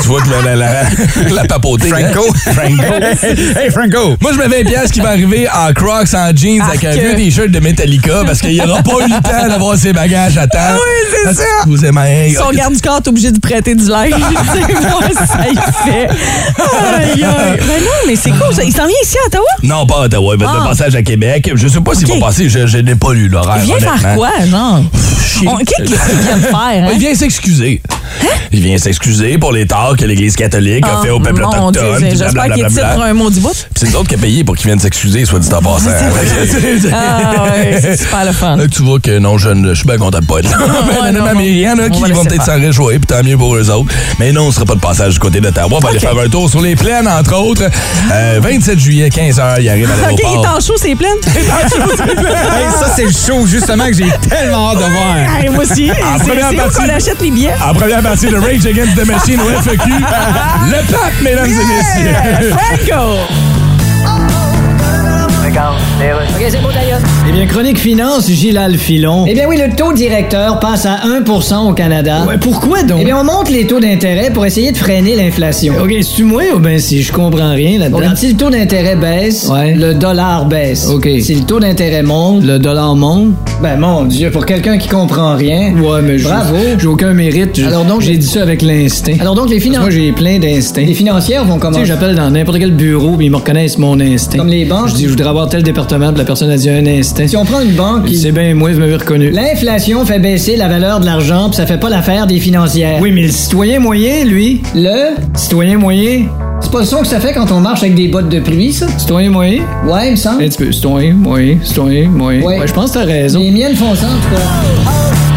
Speaker 3: tu vois que la, la, la, la papauté. là.
Speaker 5: Franco. hey, Franco.
Speaker 3: Moi, je me mets 20 piastres qui va arriver en crocs, en jeans, avec un
Speaker 4: Arc.
Speaker 3: vieux t-shirt de Metallica, parce qu'il n'aura pas eu le temps d'avoir ses bagages à temps.
Speaker 4: Ah oui, c'est
Speaker 3: Parce
Speaker 4: ça.
Speaker 3: que Vous aimez.
Speaker 4: Son garde du corps, t'es obligé de prêter du linge. C'est moi, ça y fait. Aïe, aïe. Ben non, mais c'est cool. ça. Il s'en vient ici à Ottawa?
Speaker 3: Non, pas à Ottawa. Il va être de
Speaker 4: Ah.
Speaker 3: passage à Québec. Je sais pas s'il
Speaker 4: Ok.
Speaker 3: va passer. Je, je n'ai pas lu l'horaire.
Speaker 4: Il vient faire
Speaker 3: honnêtement.
Speaker 4: quoi, genre?
Speaker 3: Chier.
Speaker 4: On- Qu'est-ce qu'il vient de faire?
Speaker 3: Ouais,
Speaker 4: Hein?
Speaker 3: Il vient s'excuser. Il vient s'excuser pour les torts que l'Église catholique a fait au peuple
Speaker 4: Ah, mon Dieu,
Speaker 3: autochtone. puis
Speaker 4: j'espère qu'il est titre
Speaker 3: blablabla.
Speaker 4: pour un mot du bout.
Speaker 3: Puis c'est d'autres qui a payé pour qu'il vienne s'excuser, soit dit en passant.
Speaker 4: Ah ouais, c'est super le fun.
Speaker 3: Là, tu vois que non, je ne je suis bien content de pas être là. Ben,
Speaker 4: ouais, non,
Speaker 3: honnêtement,
Speaker 4: non.
Speaker 3: mais il y en a
Speaker 4: On
Speaker 3: qui
Speaker 4: va
Speaker 3: vont
Speaker 4: laisser
Speaker 3: peut-être
Speaker 4: faire.
Speaker 3: s'en réjouir, puis tant mieux pour eux autres. Mais non, on ne sera pas de passage du côté d'Ottawa. On va aller
Speaker 4: Ok.
Speaker 3: faire un tour sur les plaines, entre autres. Euh, 27 juillet, 15h, il arrive à
Speaker 4: OK, il
Speaker 3: l'aéroport.
Speaker 4: est en chaud, c'est plein.
Speaker 5: Hey, ça, c'est le show, justement, que j'ai tellement hâte de voir.
Speaker 4: Hey, Ben, moi aussi.
Speaker 3: En
Speaker 4: C'est
Speaker 3: première
Speaker 4: c'est où
Speaker 3: partie.
Speaker 4: qu'on achète les billets?
Speaker 3: En première partie de Rage Against the Machine au FQ, le pape, mesdames et messieurs.
Speaker 4: Franco!
Speaker 7: Eh bien, chronique finance, Gilles Alphilon. Eh bien oui, le taux directeur passe à 1 au Canada. Ouais, pourquoi donc? Eh bien, on monte les taux d'intérêt pour essayer de freiner l'inflation. OK, c'est moi ou ben si je comprends rien là-dedans? si le taux d'intérêt baisse, le dollar baisse. OK. Si le taux d'intérêt monte, le dollar monte. Ben mon Dieu, pour quelqu'un qui comprend rien. Ouais, mais Bravo. J'ai aucun mérite. Alors donc, j'ai dit ça avec l'instinct. Alors donc, les financiers. Moi, j'ai plein d'instincts. Les financières vont commencer. Tu sais, j'appelle dans n'importe quel bureau, puis ils me reconnaissent mon instinct. Comme les banques. Je dis, je voudrais avoir tel département, puis la personne a dit un instinct. Si on prend une banque qui. C'est bien, moi, vous m'avez reconnu. L'inflation fait baisser la valeur de l'argent, puis ça fait pas l'affaire des financières. Oui, mais le citoyen moyen, lui. Le citoyen moyen. C'est pas le son que ça fait quand on marche avec des bottes de pluie, ça? Citoyen moyen? Ouais, il me semble. Un petit peu. Citoyen moyen, citoyen moyen. Ouais, je pense que t'as raison. Les miennes font ça, en tout cas.